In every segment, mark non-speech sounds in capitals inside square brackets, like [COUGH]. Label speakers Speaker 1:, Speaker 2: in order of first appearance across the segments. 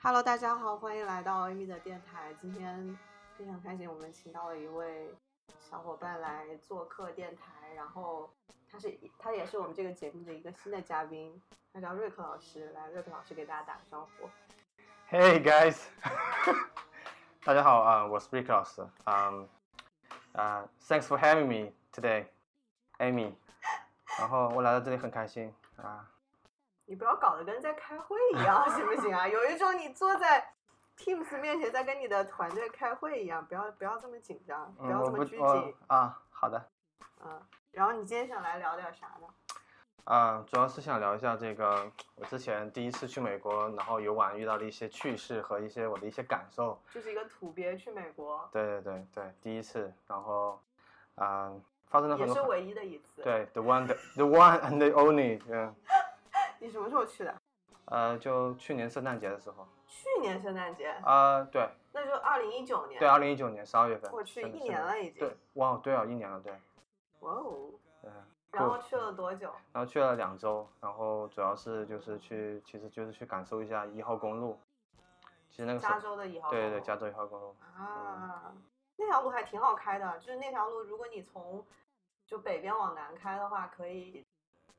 Speaker 1: Hello，大家好，欢迎来到 Amy 的电台。今天非常开心，我们请到了一位小伙伴来做客电台，然后他是他也是我们这个节目的一个新的嘉宾，他叫瑞克老师。来，瑞克老师给大家打个招呼。
Speaker 2: Hey guys，大家好啊我是 Rick 老师。嗯，啊，Thanks for having me today, Amy。然后我来到这里很开心啊。
Speaker 1: 你不要搞得跟在开会一样， [LAUGHS] 行不行啊？有一种你坐在 Teams 面前在跟你的团队开会一样，不要不要这么紧张，不
Speaker 2: 嗯，
Speaker 1: 要
Speaker 2: 我
Speaker 1: 这么
Speaker 2: 不
Speaker 1: 拘
Speaker 2: 我
Speaker 1: 谨。
Speaker 2: 啊，好的
Speaker 1: 嗯，然后你今天想来聊点啥呢？
Speaker 2: 啊，主要是想聊一下这个我之前第一次去美国，然后游玩遇到的一些趣事和一些我的一些感受。
Speaker 1: 就是一个土鳖去美国，
Speaker 2: 对对对对，第一次，然后啊，发生了
Speaker 1: 也
Speaker 2: 很多
Speaker 1: 是
Speaker 2: 很
Speaker 1: 唯一的一次。
Speaker 2: 对 the one the, the one and the only，嗯，
Speaker 1: 你什么时候去的？
Speaker 2: 呃，就去年圣诞节的时候
Speaker 1: 去年圣诞节，
Speaker 2: 啊、对。
Speaker 1: 那就二零一九年。
Speaker 2: 对，啊二零一九年十二月份。
Speaker 1: 我去
Speaker 2: 真的
Speaker 1: 一
Speaker 2: 是
Speaker 1: 年
Speaker 2: 的
Speaker 1: 了已经
Speaker 2: 对，哇，对啊，一年了，对，
Speaker 1: 哇哦！
Speaker 2: 嗯。
Speaker 1: 然后
Speaker 2: Cool
Speaker 1: 去了多久？
Speaker 2: 然后去了两周，然后主要是就是去，其实就是去感受一下一号公路。其实那个时
Speaker 1: 加
Speaker 2: 候，
Speaker 1: 州的一号
Speaker 2: 对
Speaker 1: 公
Speaker 2: 对，
Speaker 1: 路
Speaker 2: 加州一号公路。
Speaker 1: 啊，那条路还挺好开的，就是那条路，如果你从就北边往南开的话，可以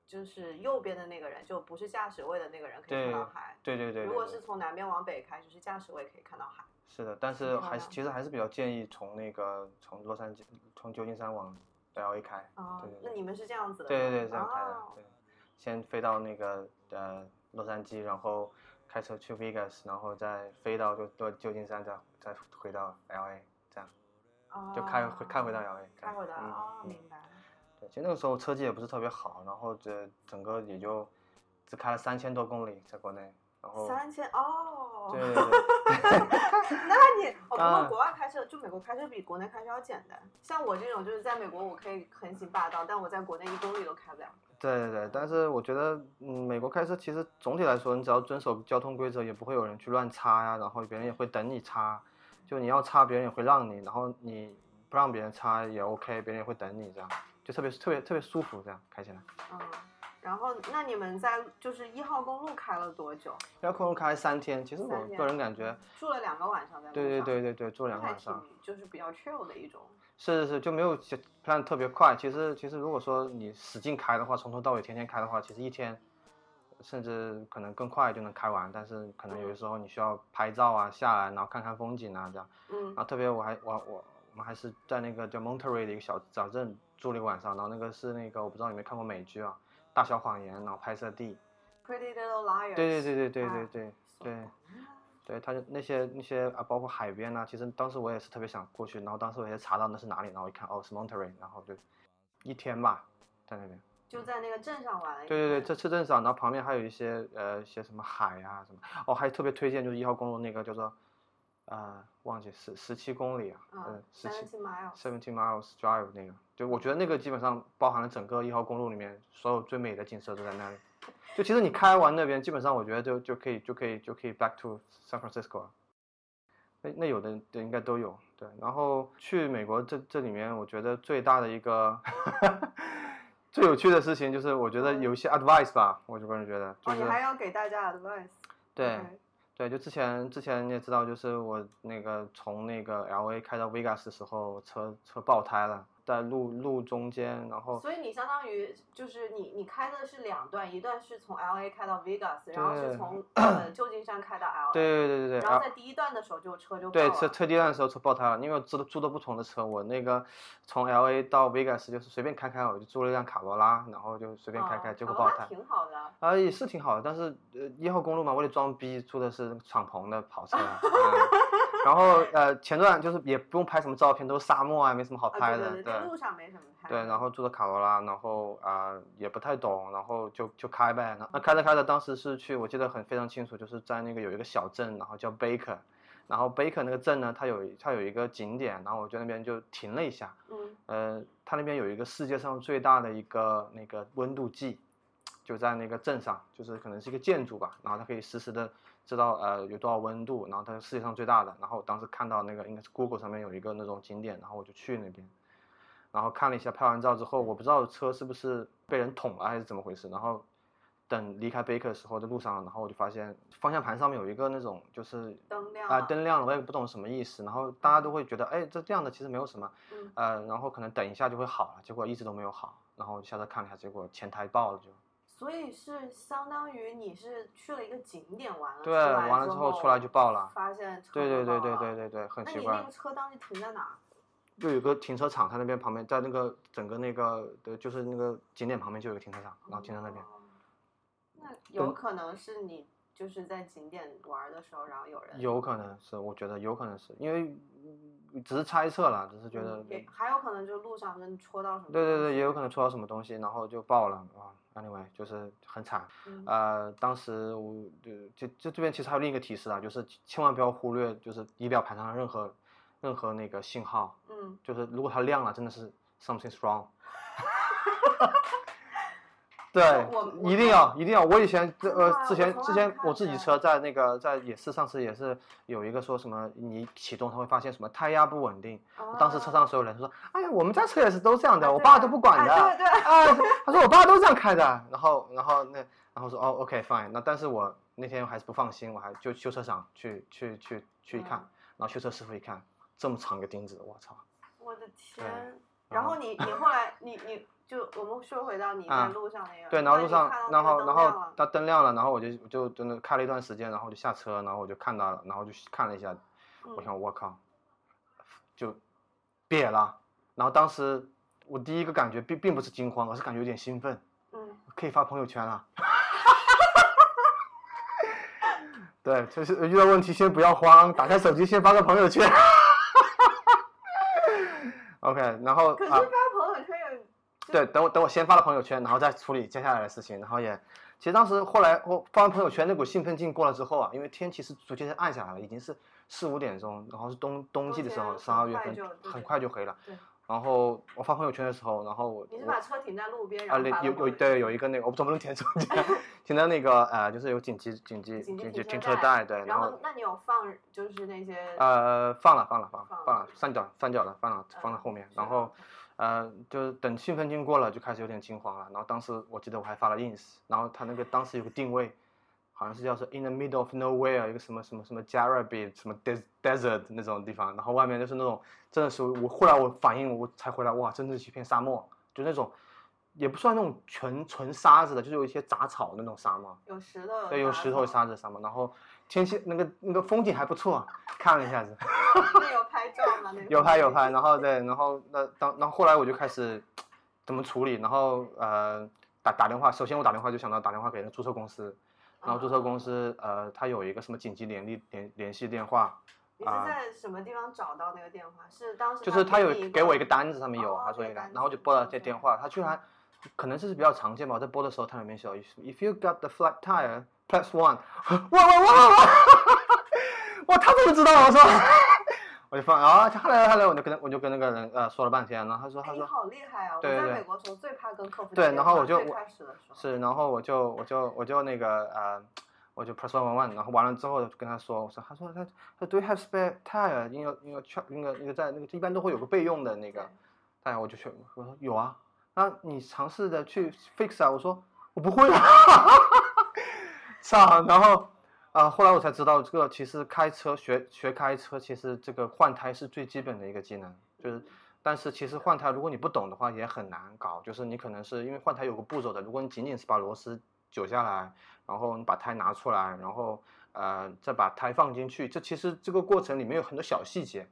Speaker 1: 就是右边的那个人，就不是驾驶位的那个人可以看到
Speaker 2: 对
Speaker 1: 海；
Speaker 2: 对对对
Speaker 1: 如
Speaker 2: 对
Speaker 1: 果
Speaker 2: 对
Speaker 1: 是从南边往北开，就是驾驶位可以看到海。
Speaker 2: 是的，但是
Speaker 1: 挺漂
Speaker 2: 还是
Speaker 1: 亮
Speaker 2: 其实还是比较建议从那个从洛杉矶从旧金山往呃 L A 开。
Speaker 1: 啊
Speaker 2: 对对，
Speaker 1: 那
Speaker 2: 对
Speaker 1: 你们是这样子的吗？
Speaker 2: 对对对，这样开的
Speaker 1: 哦。
Speaker 2: 对，先飞到那个呃洛杉矶，然后开车去 Vegas，然后再飞到就到旧金山，再再回到 L A 这样。就开回开回到
Speaker 1: 哦
Speaker 2: L A，
Speaker 1: 开回到
Speaker 2: 嗯
Speaker 1: 哦，
Speaker 2: 嗯
Speaker 1: 明白。
Speaker 2: 对，其实那个时候车技也不是特别好，然后这整个也就只开了三千多公里在国内，然后
Speaker 1: 三千哦，
Speaker 2: 对对对，
Speaker 1: 那你哦，不过
Speaker 2: 啊
Speaker 1: 国外开车就美国开车比国内开车要简单。像我这种就是在美国我可以横行霸道，但我在国内一公里都开不了。
Speaker 2: 对对对，但是我觉得，嗯，美国开车其实总体来说，你只要遵守交通规则，也不会有人去乱插呀，然后别人也会等你插，就你要插，别人也会让你，然后你不让别人插也 OK，别人也会等你，这样就特别特别特别舒服，这样开起来。
Speaker 1: 嗯，然后那你们在就是一号公路开了多久？
Speaker 2: 要空中开三天，其实
Speaker 1: 三
Speaker 2: 我
Speaker 1: 天嗯
Speaker 2: 个人感觉，
Speaker 1: 住了两个晚上在路上。
Speaker 2: 对对对对对，住两个
Speaker 1: 还
Speaker 2: 晚上。
Speaker 1: 挺就是比较 chill 的一种。
Speaker 2: 是是是，就没有就 plan 得特别快。其实其实如果说你使劲开的话，从头到尾天天开的话，其实一天甚至可能更快就能开完。但是可能有的时候你需要拍照啊，下来然后看看风景啊这样。
Speaker 1: 嗯
Speaker 2: 然后特别我还我我我们还是在那个叫 Monterey 的一个小小镇住了一个晚上，然后那个是那个我不知道你有没有看过美剧啊，《大小谎言》，然后拍摄地。
Speaker 1: ，Pretty Little Liars。
Speaker 2: 对对对对对
Speaker 1: 啊
Speaker 2: 对对对。对，它就那些那些啊，包括海边呐、其实当时我也是特别想过去，然后当时我也查到那是哪里，然后一看哦是 Monterey，然后就一天吧在那边。
Speaker 1: 就在那个镇上玩了一
Speaker 2: 对对对，
Speaker 1: 天
Speaker 2: 这次镇上，然后旁边还有一些呃一些什么海啊什么，哦还特别推荐就是一号公路那个叫做呃忘记十十七公里啊，
Speaker 1: 啊
Speaker 2: 嗯十七
Speaker 1: ，Seventy Miles。
Speaker 2: seventeen miles drive 那个，就我觉得那个基本上包含了整个一号公路里面所有最美的景色都在那里。就其实你开完那边，基本上我觉得就就可以就可以就可以 back to San Francisco 了。那那有的人应该都有对。然后去美国这这里面，我觉得最大的一个 [LAUGHS] 最有趣的事情就是，我觉得有一些 advice 吧，我就个人觉得就
Speaker 1: 哦，
Speaker 2: 是、
Speaker 1: 你还嗯要给大家 advice。
Speaker 2: 对。
Speaker 1: OK
Speaker 2: 对，就之前之前你也知道，就是我那个从那个 L A 开到 Vegas 的时候，车车爆胎了，在路路中间，然后
Speaker 1: 所以你相当于就是你你开的是两段，一段是从 L A 开到 Vegas，然后是
Speaker 2: 对 [CLEARS THROAT]
Speaker 1: 从呃旧金山开到 L A，
Speaker 2: 对对对对对，
Speaker 1: 然后
Speaker 2: 啊
Speaker 1: 在第一段的时候就车就爆
Speaker 2: 对
Speaker 1: 了，
Speaker 2: 车车地段的时候车爆胎了，因为我租的租的不同的车，我那个从 L A 到 Vegas 就是随便开开，我就租了一辆卡罗拉，然后就随便开
Speaker 1: 啊
Speaker 2: 开，结果
Speaker 1: 好吧
Speaker 2: 爆
Speaker 1: 那
Speaker 2: 胎。
Speaker 1: 挺好的。
Speaker 2: 啊，也是挺好的，但是呃，一号公路嘛，为了装逼租的是敞篷的跑车，
Speaker 1: [LAUGHS]
Speaker 2: 嗯然后呃前段就是也不用拍什么照片，都是沙漠啊，没什么好
Speaker 1: 啊
Speaker 2: 拍的，
Speaker 1: 对对，在路上没什么拍。
Speaker 2: 对，然后住的卡罗拉，然后啊、也不太懂，然后就就开呗。那那开着开着，当时是去，我记得很非常清楚，就是在那个有一个小镇，然后叫 Baker，然后 Baker 那个镇呢，它有它有一个景点，然后我就那边就停了一下。
Speaker 1: 嗯，
Speaker 2: 呃，它那边有一个世界上最大的一个那个温度计，就在那个镇上，就是可能是一个建筑吧，然后它可以实时的知道呃有多少温度，然后它是世界上最大的。然后我当时看到那个应该是 Google 上面有一个那种景点，然后我就去那边，然后看了一下，拍完照之后，我不知道车是不是被人捅了还是怎么回事，然后等离开 Baker 时候的路上，然后我就发现方向盘上面有一个那种就是
Speaker 1: 灯亮
Speaker 2: 啊、
Speaker 1: 了
Speaker 2: 灯亮了，我也不懂什么意思。然后大家都会觉得，哎，这亮的其实没有什么，
Speaker 1: 嗯
Speaker 2: 呃，然后可能等一下就会好了，结果一直都没有好。然后我就下车看了一下，结果前台爆了就，
Speaker 1: 所以是相当于你是去了一个景点玩了，
Speaker 2: 对，
Speaker 1: 出来
Speaker 2: 完了之后出来就爆了。
Speaker 1: 发现车
Speaker 2: 对对对
Speaker 1: 爆
Speaker 2: 对
Speaker 1: 了
Speaker 2: 对。对对，很
Speaker 1: 那
Speaker 2: 奇
Speaker 1: 你
Speaker 2: 怪。
Speaker 1: 那个车当时停在哪儿？
Speaker 2: 就有个停车场，它那边旁边，在那个整个那个的，就是那个景点旁边就有个停车场，然后停在那边。
Speaker 1: 哦。那有
Speaker 2: 跟
Speaker 1: 可能是你就是在景点玩的时候，然后有人
Speaker 2: 有可能是，我觉得有可能是因为嗯只是猜测啦，只是觉得，
Speaker 1: 嗯也
Speaker 2: 对
Speaker 1: 还有可能就路上跟戳到什么。
Speaker 2: 对对，也有可能戳到什么东西，然后就爆了啊。Anyway，就是很惨。
Speaker 1: 嗯
Speaker 2: 呃，当时我就就就这边其实还有另一个提示啊，就是千万不要忽略，就是仪表盘上的任何任何那个信号，
Speaker 1: 嗯，
Speaker 2: 就是如果它亮了，真的是 something's
Speaker 1: [LAUGHS]
Speaker 2: wrong。对
Speaker 1: 我，我
Speaker 2: 一定要一定要。我以前这
Speaker 1: 真
Speaker 2: 呃
Speaker 1: 的啊
Speaker 2: 之前
Speaker 1: 我从来
Speaker 2: 之前
Speaker 1: 不看
Speaker 2: 我自己
Speaker 1: 的
Speaker 2: 车在那个在也是上次也是有一个说什么你启动它会发现什么胎压不稳定，当时车
Speaker 1: 啊
Speaker 2: 上所有人说，哎呀我们家车也是都这样的，
Speaker 1: 啊
Speaker 2: 我
Speaker 1: 对
Speaker 2: 爸
Speaker 1: 啊
Speaker 2: 都不管的，
Speaker 1: 哎对
Speaker 2: [LAUGHS]
Speaker 1: 对，
Speaker 2: 啊，他说我爸都这样开的，啊然后然后那然后说哦 OK fine，那但是我那天还是不放心，我还就修车厂去去去去一看，
Speaker 1: 嗯
Speaker 2: 然后修车师傅一看这么长一个钉子，我操！
Speaker 1: 我的天！然后
Speaker 2: 然后
Speaker 1: 你你后来你你就我们说回到你在
Speaker 2: 啊
Speaker 1: 路上那个，
Speaker 2: 对，然后
Speaker 1: 那
Speaker 2: 路
Speaker 1: 你
Speaker 2: 上
Speaker 1: 看到，那
Speaker 2: 然
Speaker 1: 个嗯灯
Speaker 2: 后然后
Speaker 1: 亮了
Speaker 2: 它灯亮了，然后我就我就真的开了一段时间，然后我就下车，然后我就看到了，然后就看了一下，我
Speaker 1: 嗯
Speaker 2: 想我靠，就瘪了。然后当时我第一个感觉并并不是惊慌，而是感觉有点兴奋，
Speaker 1: 嗯，
Speaker 2: 可以发朋友圈了。对，就是遇到问题先不要慌，打开手机先发个朋友圈。OK，然后
Speaker 1: 可是
Speaker 2: 啊
Speaker 1: 发朋友圈有
Speaker 2: 对，等我等我先发了朋友圈，然后再处理接下来的事情，然后也，其实当时后来我发完朋友圈那股兴奋劲过了之后啊，因为天气是逐渐是暗下来了，已经是四五点钟，然后是冬冬季的时候，
Speaker 1: 冬天
Speaker 2: 十二月
Speaker 1: 很快
Speaker 2: 份
Speaker 1: 就
Speaker 2: 很快就黑了
Speaker 1: 对。
Speaker 2: 然后我发朋友圈的时候，然后我
Speaker 1: 你是
Speaker 2: 我
Speaker 1: 把车停在路边，
Speaker 2: 啊，
Speaker 1: 然后发
Speaker 2: 那
Speaker 1: 了
Speaker 2: 有
Speaker 1: 朋
Speaker 2: 有
Speaker 1: 友
Speaker 2: 对
Speaker 1: 圈
Speaker 2: 有一个那个，我总不能停中 [LAUGHS] 间，停啊在那个呃，就是有紧急紧急
Speaker 1: 紧急
Speaker 2: 急
Speaker 1: 停
Speaker 2: 停
Speaker 1: 车
Speaker 2: 车
Speaker 1: 带
Speaker 2: 带，对，
Speaker 1: 然
Speaker 2: 然
Speaker 1: 后那你有放就是那些
Speaker 2: 呃放了放了放了
Speaker 1: 放了
Speaker 2: 放了三角三角的放了放
Speaker 1: 嗯
Speaker 2: 了后面，
Speaker 1: 是
Speaker 2: 然
Speaker 1: 的
Speaker 2: 后呃就是等兴奋劲过了就开始有点惊慌了，然后当时我记得我还发了 ins，然后他那个当时有个定位。好像是叫做 in the middle of nowhere 一个什么什么什么 Jarabi 什么 des- desert 那种地方，然后外面就是那种真的是我后来我反应我才回来哇，真的是一片沙漠，就那种也不算那种纯纯沙子的，就是有一些杂草那种沙漠，
Speaker 1: 有石头
Speaker 2: 对，有
Speaker 1: 哦杂
Speaker 2: 石头、
Speaker 1: 草
Speaker 2: 沙子、沙漠，然后天气那个那个风景还不错，啊看了一下子，
Speaker 1: 那有拍照吗？那个
Speaker 2: 有拍有拍，然后对，然后那当然后后来我就开始怎么处理，然后呃打打电话，首先我打电话就想到打电话给那注册公司，然后注册公司呃它有一个什么紧急联系联联系电话，
Speaker 1: 你是
Speaker 2: 啊
Speaker 1: 在什么地方找到那个电话？是当时
Speaker 2: 就是他有给我一个
Speaker 1: 答
Speaker 2: 单子，上面有
Speaker 1: 哦
Speaker 2: 他说
Speaker 1: 给
Speaker 2: 一个单
Speaker 1: 单，
Speaker 2: 然后
Speaker 1: 子
Speaker 2: 就拨了
Speaker 1: ，OK
Speaker 2: 这电话，他居然可能这是比较常见吧，我在拨的时候它里面写了 if you got the flat tire press one，哇哇哇哇哇，哇他怎么知道啊？我说。我就放啊，他来了，他来了，我就跟他我就跟那个人呃说了半天，然后他说他
Speaker 1: 你
Speaker 2: 说
Speaker 1: 好厉害啊！我
Speaker 2: 对
Speaker 1: 在
Speaker 2: 对对
Speaker 1: 美国的时候最怕跟客服
Speaker 2: 对
Speaker 1: 打电
Speaker 2: 然后
Speaker 1: 话
Speaker 2: 我就
Speaker 1: 最
Speaker 2: 我
Speaker 1: 开始的时候
Speaker 2: 是，然后我就我就我就那个呃，我就 press one one one，然后完了之后就跟他说，我说他说他他 do you have spare tire？因为因为 check 那个那个在那个一般都会有个备用的那个
Speaker 1: 对，
Speaker 2: 哎，我就去我说有啊，那你尝试着去 fix 啊，我说我不会啊， [LAUGHS] 操，然后。啊、后来我才知道，这个其实开车学学开车，其实这个换胎是最基本的一个技能，就是但是其实换胎，如果你不懂的话，也很难搞。就是你可能是因为换胎有个步骤的，如果你仅仅是把螺丝揪下来，然后你把胎拿出来，然后呃再把胎放进去，这其实这个过程里面有很多小细节。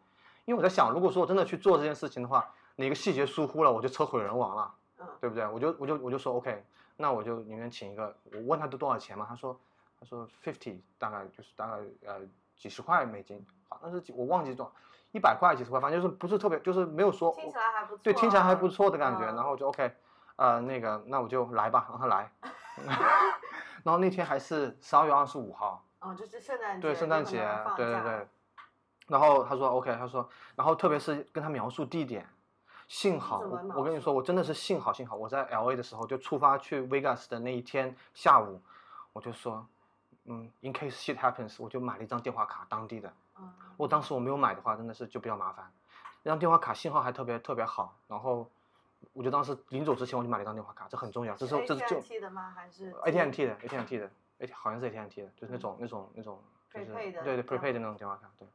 Speaker 2: 因为我在想，如果说我真的去做这件事情的话，哪个细节疏忽了，我就车毁人亡了，
Speaker 1: 嗯
Speaker 2: 对不对？我就我就我就说 OK，那我就宁愿请一个。我问他都多少钱嘛，他说他说 fifty，大概就是大概呃几十块美金，好像是几我忘记多少，一百块几十块，反正就是不是特别，就是没有说
Speaker 1: 听起来还不错，
Speaker 2: 对，听起来还不错的感觉。
Speaker 1: 嗯
Speaker 2: 然后我就 OK，呃，那个，那我就来吧，让他来。
Speaker 1: [LAUGHS]
Speaker 2: 然后那天还是十二月二十五号，
Speaker 1: 哦，就是圣诞节
Speaker 2: 对，圣诞
Speaker 1: 就可
Speaker 2: 节啊
Speaker 1: 能放，
Speaker 2: 对对
Speaker 1: 假
Speaker 2: 对。然后他说 OK，他说，然后特别是跟他描述地点，幸好
Speaker 1: 怎么
Speaker 2: 我
Speaker 1: 描
Speaker 2: 我跟你
Speaker 1: 述
Speaker 2: 说，我真的是幸好幸好，我在 LA 的时候就出发去 Vegas 的那一天下午，我就说，嗯，in case shit happens，我就买了一张电话卡，当地的。
Speaker 1: 嗯
Speaker 2: 如果当时我没有买的话，真的是就比较麻烦。那张电话卡信号还特别特别好，然后我就当时临走之前我就买了一张电话卡，这很重要，这是这是就
Speaker 1: AT&T，E 的吗？还是
Speaker 2: AT&T 的 AT&T 的 AT 好像是 AT&T 的，就是那种那种那种就是
Speaker 1: Prepaid 的
Speaker 2: 对
Speaker 1: 电
Speaker 2: 对
Speaker 1: 话
Speaker 2: prepaid 的那种电话卡，对。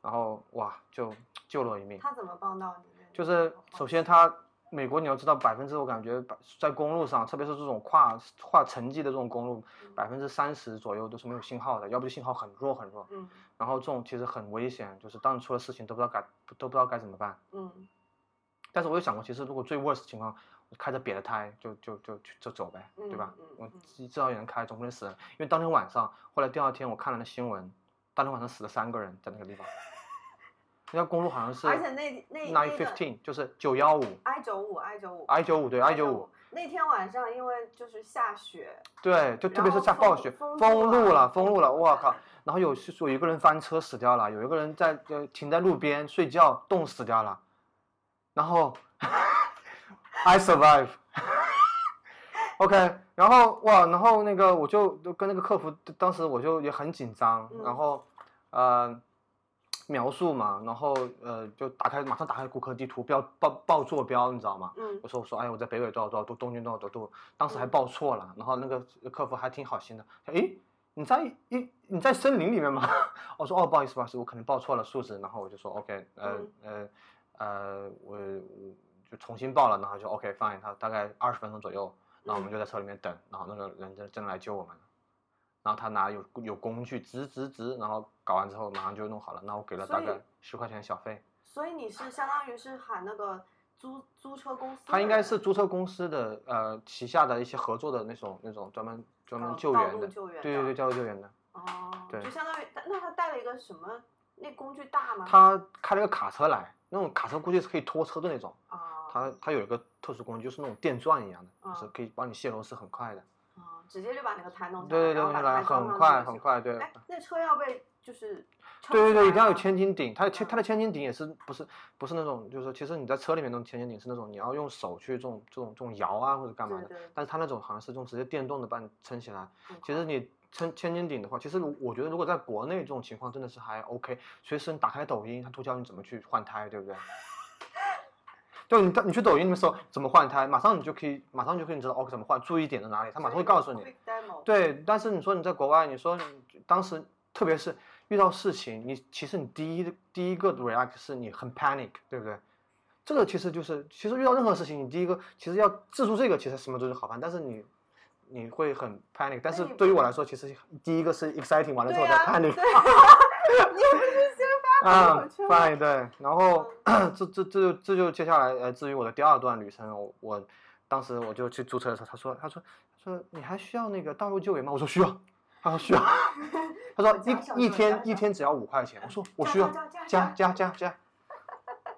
Speaker 2: 然后哇，就救了我一命。
Speaker 1: 他怎么帮到你的？
Speaker 2: 就是首先它美国你要知道百分之我感觉百在公路上，特别是这种跨跨城际的这种公路，
Speaker 1: 嗯
Speaker 2: 百分之三十左右都是没有信号的，要不就信号很弱很弱，
Speaker 1: 嗯
Speaker 2: 然后这种其实很危险，就是当你出了事情都不知道该都不知道该怎么办。
Speaker 1: 嗯
Speaker 2: 但是我有想过，其实如果最 worst 情况，我开着别的胎就就就就就走呗，对吧？
Speaker 1: 嗯嗯
Speaker 2: 我
Speaker 1: 嗯
Speaker 2: 至至少也能开，总不能死人。因为当天晚上，后来第二天我看了那新闻，当天晚上死了三个人在那个
Speaker 1: [LAUGHS]
Speaker 2: 地方，那条公路好像是
Speaker 1: 而且那那
Speaker 2: nine
Speaker 1: 那个
Speaker 2: fifteen，就是九幺五
Speaker 1: I 九五 I 九五
Speaker 2: i 九五对 i
Speaker 1: 哎
Speaker 2: 九五，
Speaker 1: 那天晚上因为就是下雪，
Speaker 2: 对，就特别是
Speaker 1: 然后
Speaker 2: 下暴雪，
Speaker 1: 封
Speaker 2: 封路了，封
Speaker 1: 封
Speaker 2: 路了，我靠！
Speaker 1: 对！
Speaker 2: 然后有有一个人翻车死掉了，有一个人在呃停在路边睡觉冻死掉了，然后 I survive。OK，然后哇，然后那个我就跟那个客服，当时我就也很紧张，
Speaker 1: 嗯
Speaker 2: 然后呃描述嘛，然后呃就打开马上打开谷歌地图，标报报坐标，你知道吗？
Speaker 1: 嗯
Speaker 2: 我说我说，哎呀，我在北纬多少多少度，东经多少多少度，当时还
Speaker 1: 嗯
Speaker 2: 报错了，然后那个客服还挺好心的，诶，你在一你在森林里面吗？ [LAUGHS] 我说哦，不好意思，不好意思，我可能报错了数字，然后我就说 OK，呃、
Speaker 1: 嗯
Speaker 2: 呃呃，我我就重新报了，然后就 OK fine，他大概二十分钟左右，然后我们就在车里面等，然后那个人真真来救我们了。然后他拿有有工具，直直直，然后搞完之后马上就弄好了。然后我给了大
Speaker 1: 所以
Speaker 2: 概十块钱小费。
Speaker 1: 所以你是相当于是喊那个租租车公司的人，
Speaker 2: 他应该是租车公司的呃旗下的一些合作的那种那种专门专门
Speaker 1: 道
Speaker 2: 救
Speaker 1: 哦道
Speaker 2: 援
Speaker 1: 路
Speaker 2: 的，
Speaker 1: 救援
Speaker 2: 对对
Speaker 1: 的
Speaker 2: 对，道路救援的。
Speaker 1: 哦，
Speaker 2: 对
Speaker 1: 就相当于他那他带了一个什么？那工具大吗？
Speaker 2: 他开了个卡车来，那种卡车估计是可以拖车的那种。
Speaker 1: 啊，
Speaker 2: 它它有一个特殊工具，就是那种电钻一样的，
Speaker 1: 嗯
Speaker 2: 就是可以帮你泄漏，是很快的。
Speaker 1: 啊，直接就把那个台弄下
Speaker 2: 对对
Speaker 1: 然后
Speaker 2: 对，
Speaker 1: 把
Speaker 2: 来
Speaker 1: 台装上
Speaker 2: 很快
Speaker 1: 去就
Speaker 2: 很
Speaker 1: 行。
Speaker 2: 快，对。
Speaker 1: 哎，那车要被就是撑
Speaker 2: 对对
Speaker 1: 起
Speaker 2: 对，
Speaker 1: 来
Speaker 2: 一定要有
Speaker 1: 吗
Speaker 2: 千斤顶，它的千它
Speaker 1: 嗯
Speaker 2: 的千斤顶也是不是不是那种，就是说其实你在车里面那种千斤顶是那种你要用手去这种这种这种摇啊或者干嘛
Speaker 1: 对
Speaker 2: 的，
Speaker 1: 对哦
Speaker 2: 但是它那种好像是这种直接电动的把你撑起来，
Speaker 1: 很
Speaker 2: 其
Speaker 1: 快
Speaker 2: 实你千千斤顶的话，其实如我觉得如果在国内这种情况真的是还 OK，随时你打开抖音，他都教你怎么去换胎，对不对？ [LAUGHS] 就你到你去抖音的时候怎么换胎，马上你就可以马上就可以知道哦怎么换，注意点在哪里，他马上会告诉你。。
Speaker 1: 对，
Speaker 2: 对，但是你说你在国外，你说你当时特别是遇到事情，你其实你第一第一个 react 是你很 panic，对不对？这个其实就是，其实遇到任何事情，你第一个其实要治出这个，其实什么都是好办，但是你你会很 panic，但是
Speaker 1: 你
Speaker 2: 对于
Speaker 1: 不
Speaker 2: 我来说，其实第一个是 exciting，完了之
Speaker 1: 对啊
Speaker 2: 后再
Speaker 1: 呀，
Speaker 2: panic
Speaker 1: 对
Speaker 2: [LAUGHS]
Speaker 1: 呀你不是先 [LAUGHS] 发朋
Speaker 2: 啊
Speaker 1: 友圈吗？
Speaker 2: ，fine 对，然后
Speaker 1: 嗯
Speaker 2: [CLEARS THROAT] 这这这就这就接下来呃，至于我的第二段旅程，我我当时我就去注册的时候，他说他说他说你还需要那个道路救援吗？我说需要，他说需
Speaker 1: [LAUGHS]
Speaker 2: 要，他
Speaker 1: 我加
Speaker 2: 说
Speaker 1: 上
Speaker 2: 一一
Speaker 1: 我加
Speaker 2: 天
Speaker 1: 上
Speaker 2: 一天只要五块钱，我说我
Speaker 1: 加
Speaker 2: 需要
Speaker 1: 加加
Speaker 2: 加
Speaker 1: 加
Speaker 2: 加加加，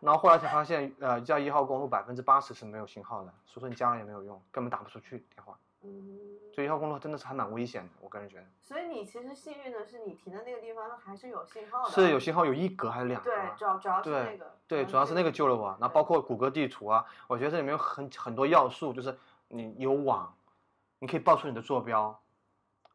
Speaker 2: 然后后来才发现呃，在一号公路百分之八十是没有信号的，所以说你加了也没有用，根本打不出去电话，
Speaker 1: 嗯，
Speaker 2: 所以一号公路真的是还蛮危险的，我个人觉得
Speaker 1: 所以你其实幸运的是，你停的那个地方还是有信号的。
Speaker 2: 是有。信号有一格还是两格啊？
Speaker 1: 对，主要主要是
Speaker 2: 对
Speaker 1: 那个。
Speaker 2: 对，主要是那个救了我。那包括谷歌地图啊，我觉得这里面有很很多要素，就是你有网，你可以报出你的坐标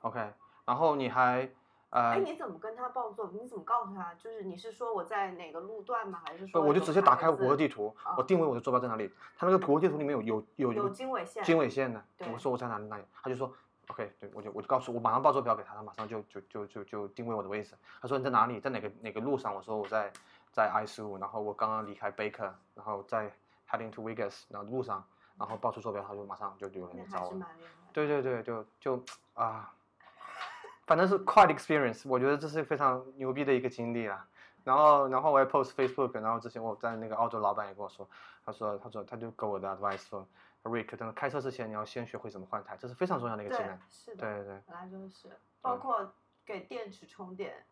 Speaker 2: ，OK，然后你还
Speaker 1: 哎，
Speaker 2: 呃，
Speaker 1: 你怎么跟他报错？你怎么告诉他？就是你是说我在哪个路段吗？还是
Speaker 2: 不
Speaker 1: 说
Speaker 2: 我就
Speaker 1: 有
Speaker 2: 直接打
Speaker 1: 牌
Speaker 2: 开谷歌
Speaker 1: 子
Speaker 2: 地图，我
Speaker 1: 啊
Speaker 2: 定位我的坐标在哪里。它那个谷歌地图里面有有有
Speaker 1: 有
Speaker 2: 有
Speaker 1: 经纬线？
Speaker 2: 经纬线的，
Speaker 1: 对
Speaker 2: 我说我在哪里哪里，他就说 OK，对我就我就告诉我马上报坐标给他，他马上就就就就就定位我的位置。他说你在哪里，在哪个哪个路上？我说我在在 I 十五，然后我刚刚离开 Baker，然后在 heading to Vegas，然后路上，然后报出坐标，他就马上就有人
Speaker 1: 那
Speaker 2: 来
Speaker 1: 还
Speaker 2: 找我
Speaker 1: 是
Speaker 2: 了。
Speaker 1: 蛮厉害的。
Speaker 2: 对对对，就就啊，反正是 quite experience，我觉得这是非常牛逼的一个经历啊。然后，然后我也 post Facebook，然后之前我在那个澳洲老板也跟我说，他说，他说他就给我的 advice 说，Rick，真的开车之前你要先学会怎么换胎，这是非常重要的一个技能。
Speaker 1: 是的。
Speaker 2: 对对对，
Speaker 1: 本来就是，包
Speaker 2: 对
Speaker 1: 括给电池充电，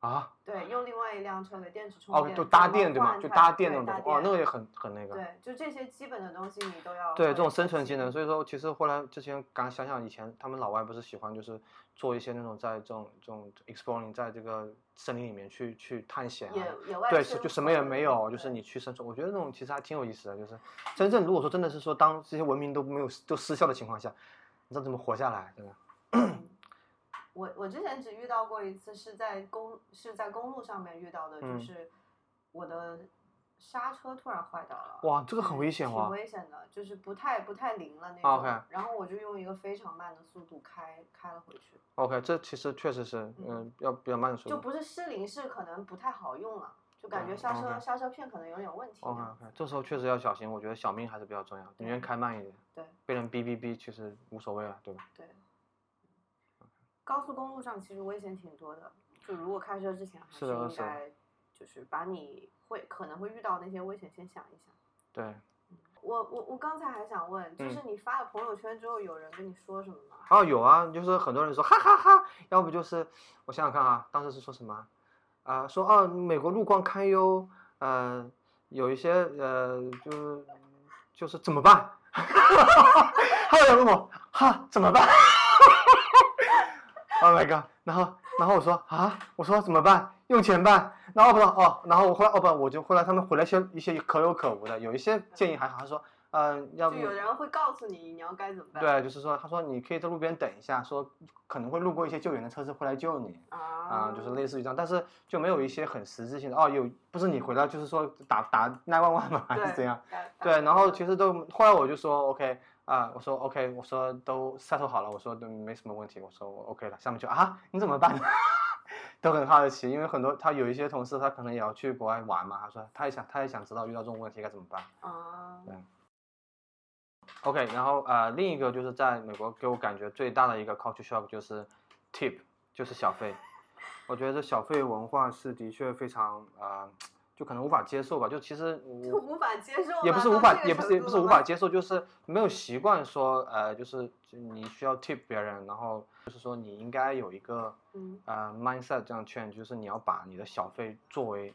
Speaker 2: 啊，
Speaker 1: 对，用另外一辆车给电池充
Speaker 2: 哦，
Speaker 1: 电，
Speaker 2: 就搭
Speaker 1: 嗯怎么
Speaker 2: 电对吗？
Speaker 1: 换
Speaker 2: 就
Speaker 1: 它
Speaker 2: 搭电
Speaker 1: 对
Speaker 2: 那种东西，
Speaker 1: 搭
Speaker 2: 哇，那个
Speaker 1: 电
Speaker 2: 也很很那个。
Speaker 1: 对，就这些基本的东西你都要
Speaker 2: 对
Speaker 1: 会
Speaker 2: 这种生存技
Speaker 1: 习
Speaker 2: 能，所以说其实后来之前刚想想以前他们老外不是喜欢就是做一些那种在这种这种 exploring 在这个森林里面去去探险啊，
Speaker 1: 野野外
Speaker 2: 对，是
Speaker 1: 生
Speaker 2: 就什么也
Speaker 1: 活
Speaker 2: 没
Speaker 1: 的
Speaker 2: 有，就是
Speaker 1: 对
Speaker 2: 你去生存。我觉得这种其实还挺有意思的，就是真正如果说真的是说当这些文明都没有都失效的情况下，你知道怎么活下来？真的，
Speaker 1: 我我之前只遇到过一次，是在公是在公路上面遇到的，就
Speaker 2: 嗯
Speaker 1: 是我的刹车突然坏掉了。
Speaker 2: 哇，这个很危险
Speaker 1: 挺
Speaker 2: 哇！
Speaker 1: 危险的，就是不太不太灵了那种。
Speaker 2: 啊，OK
Speaker 1: 然后我就用一个非常慢的速度开开了回去，
Speaker 2: OK，这其实确实是，嗯、要比较慢的速
Speaker 1: 就
Speaker 2: 度。
Speaker 1: 不是失灵，是可能不太好用了，就感觉
Speaker 2: 嗯
Speaker 1: 刹车、
Speaker 2: ，OK
Speaker 1: 刹车片可能有点问题。
Speaker 2: OK OK，这时候确实要小心，我觉得小命还是比较重要，宁愿开慢一点。
Speaker 1: 对。
Speaker 2: 被人哔哔哔，其实无所谓了，对吧？
Speaker 1: 对，高速公路上其实危险挺多的，就如果开车之前还
Speaker 2: 是的
Speaker 1: 应
Speaker 2: 是的
Speaker 1: 该就是把你会可能会遇到那些危险先想一想。
Speaker 2: 对。
Speaker 1: 我我我刚才还想问，
Speaker 2: 嗯
Speaker 1: 就是你发了朋友圈之后，有人跟你说什么吗？
Speaker 2: 哦，有啊，就是很多人说哈哈哈要不就是我想想看啊，当时是说什么啊、啊说啊，美国路况堪忧，呃，有一些呃，就是就是怎么办？还有人问我哈怎么办？Oh my god！然后然后我说啊，我说怎么办？用钱办？然后我说哦，然后我后来哦不，我就后来他们回来一些一些可有可无的，有一些建议还好，他说嗯、呃要
Speaker 1: 就
Speaker 2: 不
Speaker 1: 有人会告诉你你要该怎么办。
Speaker 2: 对，就是说，他说你可以在路边等一下，说可能会路过一些救援的车子会来救你啊、
Speaker 1: 啊，
Speaker 2: 就是类似于这样，但是就没有一些很实质性的哦，有不是你回来就是说打打9万万嘛，还 [LAUGHS] 是
Speaker 1: 对
Speaker 2: 怎样？？
Speaker 1: 该
Speaker 2: 对，然后其
Speaker 1: 实
Speaker 2: 实都后来我就说 OK 啊，我说 OK，我说都 settle 好了，我说都没什么问题，我说我 OK 了，下面就啊你怎么办？ [LAUGHS] 都很好奇，因为很多他有一些同事他可能也要去国外玩嘛，他说他也想他也想知道遇到这种问题该怎么办。
Speaker 1: 啊，
Speaker 2: OK，然后呃，另一个就是在美国给我感觉最大的一个 culture shock 就是 tip，就是小费。我觉得小费文化是的确非常呃，就可能无法接受吧。就
Speaker 1: [LAUGHS]
Speaker 2: 其实
Speaker 1: 就
Speaker 2: 我
Speaker 1: 无法接受吗，
Speaker 2: 也不是无
Speaker 1: 到
Speaker 2: 法
Speaker 1: 这，个
Speaker 2: 也不是
Speaker 1: 程
Speaker 2: 也不
Speaker 1: 度
Speaker 2: 是
Speaker 1: 了
Speaker 2: 无
Speaker 1: 吗
Speaker 2: 法接受，就是没有习惯说呃，就是就你需要 tip 别人，然后就是说你应该有一个
Speaker 1: 嗯
Speaker 2: 呃 mindset 这样 change，就是你要把你的小费作为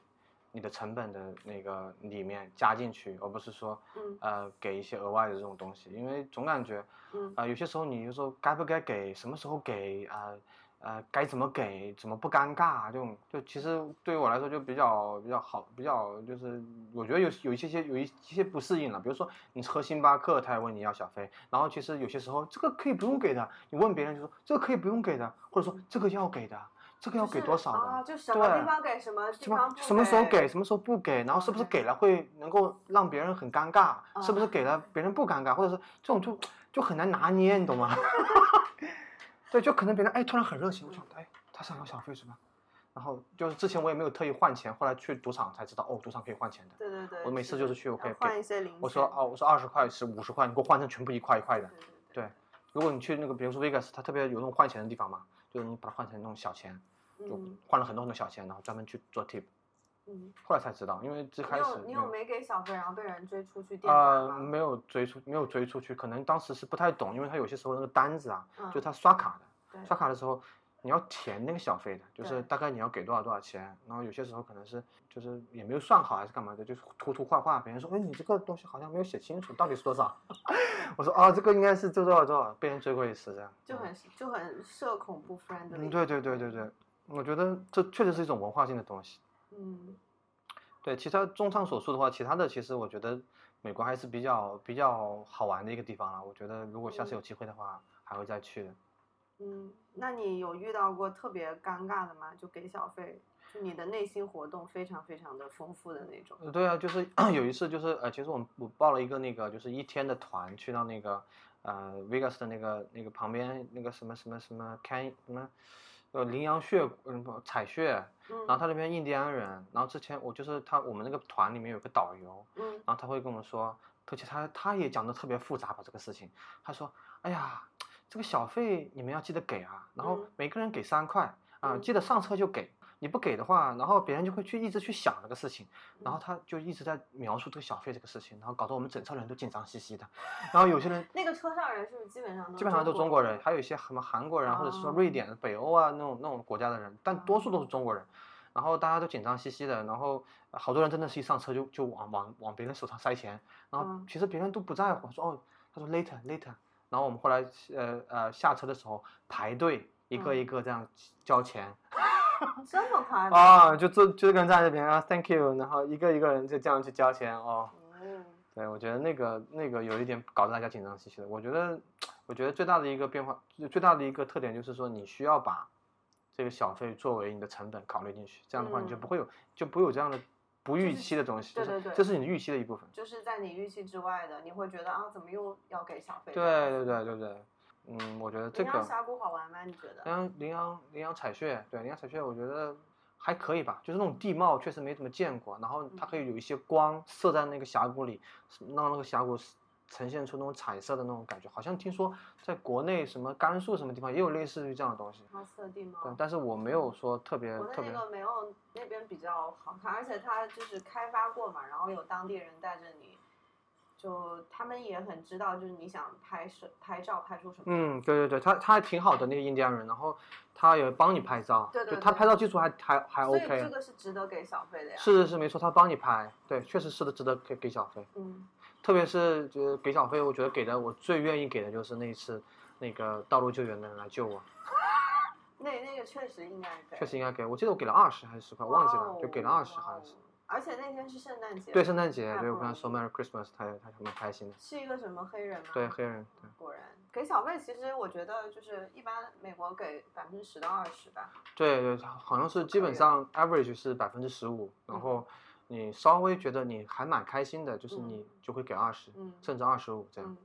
Speaker 2: 你的成本的那个里面加进去，而不是说
Speaker 1: 嗯
Speaker 2: 呃给一些额外的这种东西，因为总感觉。
Speaker 1: 嗯
Speaker 2: 啊、有些时候你就说该不该给，什么时候给，啊呃该怎么给，怎么不尴尬，这种就其实对于我来说就比较比较好，比较就是我觉得有有一些些有一些不适应了，比如说你喝星巴克，他也问你要小费，然后其实有些时候这个可以不用给的，你问别人就说这个可以不用给的，或者说这个要给的，这 [LAUGHS] 个要
Speaker 1: 就
Speaker 2: 给
Speaker 1: 是
Speaker 2: 多少的。
Speaker 1: 啊？就什么
Speaker 2: 对
Speaker 1: 地方给什么地
Speaker 2: 什么
Speaker 1: 方不嗯
Speaker 2: 什么时候给，？什么时候不给，然后是不是
Speaker 1: OK
Speaker 2: 给了会能够让别人很尴尬，是
Speaker 1: 嗯
Speaker 2: 不是给了别人不尴尬，或者是这种就就很难拿捏，你懂吗？ [LAUGHS] 对，就可能别人哎突然很热情，我想哎他想要小费是吧？然后就是之前我也没有特意换钱，后来去赌场才知道哦，赌场可以换钱的。
Speaker 1: 对对对，
Speaker 2: 我每次就是去
Speaker 1: 要
Speaker 2: 我可以
Speaker 1: 换
Speaker 2: 给
Speaker 1: 一些零钱。
Speaker 2: 我说哦，我说二十块是五十块，你给我换成全部一块一块的
Speaker 1: 对。对对
Speaker 2: 如果你去那个比如说 Vegas，它特别有那种换钱的地方嘛，就是你把它换成那种小钱，就
Speaker 1: 嗯
Speaker 2: 换了很多很多小钱，然后专门去做 tip。
Speaker 1: 嗯，
Speaker 2: 后来才知道，因为最
Speaker 1: 你
Speaker 2: 开始
Speaker 1: 有你有
Speaker 2: 没
Speaker 1: 没给小费，然后被人追出去店
Speaker 2: 呃
Speaker 1: 吗？
Speaker 2: 没有追出没有追出去，可能当时是不太懂，因为他有些时候那个单子啊，
Speaker 1: 嗯
Speaker 2: 就他刷卡的，
Speaker 1: 对
Speaker 2: 刷卡的时候你要填那个小费的，就是
Speaker 1: 对
Speaker 2: 大概你要给多少多少钱，然后有些时候可能是就是也没有算好还是干嘛的，就是涂涂画画，别人说哎你这个东西好像没有写清楚，到底是多少？ [LAUGHS] 我说哦这个应该是多少多少，被人追过一次这样，
Speaker 1: 就很就很社恐不 friendly。
Speaker 2: 嗯对对对对对，我觉得这确实是一种文化性的东西。
Speaker 1: 嗯
Speaker 2: 对，其他综上所述的话，其他的其实我觉得美国还是比较比较好玩的一个地方了。我觉得如果下次
Speaker 1: 嗯
Speaker 2: 有机会的话，还会再去的。
Speaker 1: 嗯，那你有遇到过特别尴尬的吗？就给小费，就你的内心活动非常非常的丰富的那种。
Speaker 2: 呃对啊，就是 [COUGHS] 有一次就是呃，其实我们我报了一个那个就是一天的团，去到那个呃 Vegas 的那个那个旁边那个什么什么什么 Can 什么呃羚羊穴嗯不采穴，
Speaker 1: 嗯
Speaker 2: 然后他那边印第安人，然后之前我就是他我们那个团里面有个导游，
Speaker 1: 嗯
Speaker 2: 然后他会跟我们说，而且他他也讲的特别复杂把这个事情，他说，哎呀，这个小费你们要记得给啊，然后
Speaker 1: 嗯
Speaker 2: 每个人给三块啊、
Speaker 1: 嗯
Speaker 2: 记得上车就给，你不给的话，然后别人就会去一直去想这个事情，然后
Speaker 1: 嗯
Speaker 2: 他就一直在描述这个小费这个事情，然后搞得我们整车人都紧张兮兮的，然后有些人
Speaker 1: 那个车上人是不是基本上都
Speaker 2: 基本上都是中
Speaker 1: 国
Speaker 2: 国人，？还有一些什么韩国人，或者是说
Speaker 1: 哦
Speaker 2: 瑞典、北欧啊那种那种国家的人，但多数都是中国人。然后大家都紧张兮兮的，然后呃好多人真的是一上车就就往往往别人手上塞钱，然后
Speaker 1: 嗯
Speaker 2: 其实别人都不在乎，说哦，他说 later later。然后我们后来呃呃下车的时候排队一个
Speaker 1: 嗯
Speaker 2: 一个这样交钱、
Speaker 1: 这么夸张？
Speaker 2: 啊，就这就这个人站在那边啊 thank you，然后一个一个人就这样去交钱哦。
Speaker 1: 嗯
Speaker 2: 对，我觉得那个那个有一点搞得大家紧张兮兮的。我觉得，我觉得最大的一个变化，最大的一个特点就是说，你需要把这个小费作为你的成本考虑进去，这样的话你就
Speaker 1: 嗯
Speaker 2: 不会有、就不会有这样的不
Speaker 1: 就
Speaker 2: 预
Speaker 1: 是
Speaker 2: 期的东西，
Speaker 1: 对
Speaker 2: 就是
Speaker 1: 对对
Speaker 2: 这是你预期的一部分。
Speaker 1: 就是在你预期之外的，你会觉得啊，怎么又要给小费？
Speaker 2: 对对对对对，嗯，我觉得这
Speaker 1: 羚羊
Speaker 2: 个呃
Speaker 1: 峡谷好玩吗？你觉得？
Speaker 2: 羚羊羚羊羚羊彩雀，对羚羊彩雀，我觉得还可以吧，就是那种地貌确实没怎么见过，然后它可以有一些
Speaker 1: 嗯
Speaker 2: 光射在那个峡谷里，让那个峡谷呈现出那种彩色的那种感觉。好像听说在国内什么甘肃什么地方也有类似于这样的东西，
Speaker 1: 康斯特地貌。
Speaker 2: 但但是我没有说特别
Speaker 1: 我
Speaker 2: 特
Speaker 1: 的
Speaker 2: 别
Speaker 1: 那。个没有那边比较好看，而且它就是开发过嘛，然后有当地人带着你，就他们也很知道，就是你想拍摄、拍照拍出什么。
Speaker 2: 嗯，对对对，他他还挺好的那个印第安人，然后他也帮你拍照，
Speaker 1: 对对
Speaker 2: 就他
Speaker 1: 对
Speaker 2: 拍照技术还还还
Speaker 1: 所
Speaker 2: 啊 OK，
Speaker 1: 以这个是值得给小费的呀。
Speaker 2: 是是是，没错，他帮你拍，对，确实是的，值得给给小费。
Speaker 1: 嗯，
Speaker 2: 特别是就是给小费，我觉得给的我最愿意给的就是那一次那个道路救援的人来救我，
Speaker 1: 那那个确实应该给。
Speaker 2: 确实应该给。我记得我给了二十还是十块，忘记了，就给了
Speaker 1: 哇哦
Speaker 2: 二十好像是。。
Speaker 1: 而且那天是圣诞节。
Speaker 2: 对，圣诞节
Speaker 1: 太，
Speaker 2: 对我
Speaker 1: 不
Speaker 2: 跟他
Speaker 1: 容
Speaker 2: 说
Speaker 1: 易
Speaker 2: Merry Christmas，他也他还蛮开心的。
Speaker 1: 是一个什么黑人吗？
Speaker 2: 对，黑人，对
Speaker 1: 果然给小费，其实我觉得就是一般美国给百分之十到二十吧。
Speaker 2: 对对，好像是基
Speaker 1: 可以
Speaker 2: 本
Speaker 1: 了
Speaker 2: 上 average 是百分之十五，然
Speaker 1: 嗯
Speaker 2: 后你稍微觉得你还蛮开心的，就是
Speaker 1: 嗯
Speaker 2: 你就会给二十、
Speaker 1: 嗯
Speaker 2: 甚至二十五这样。
Speaker 1: 嗯，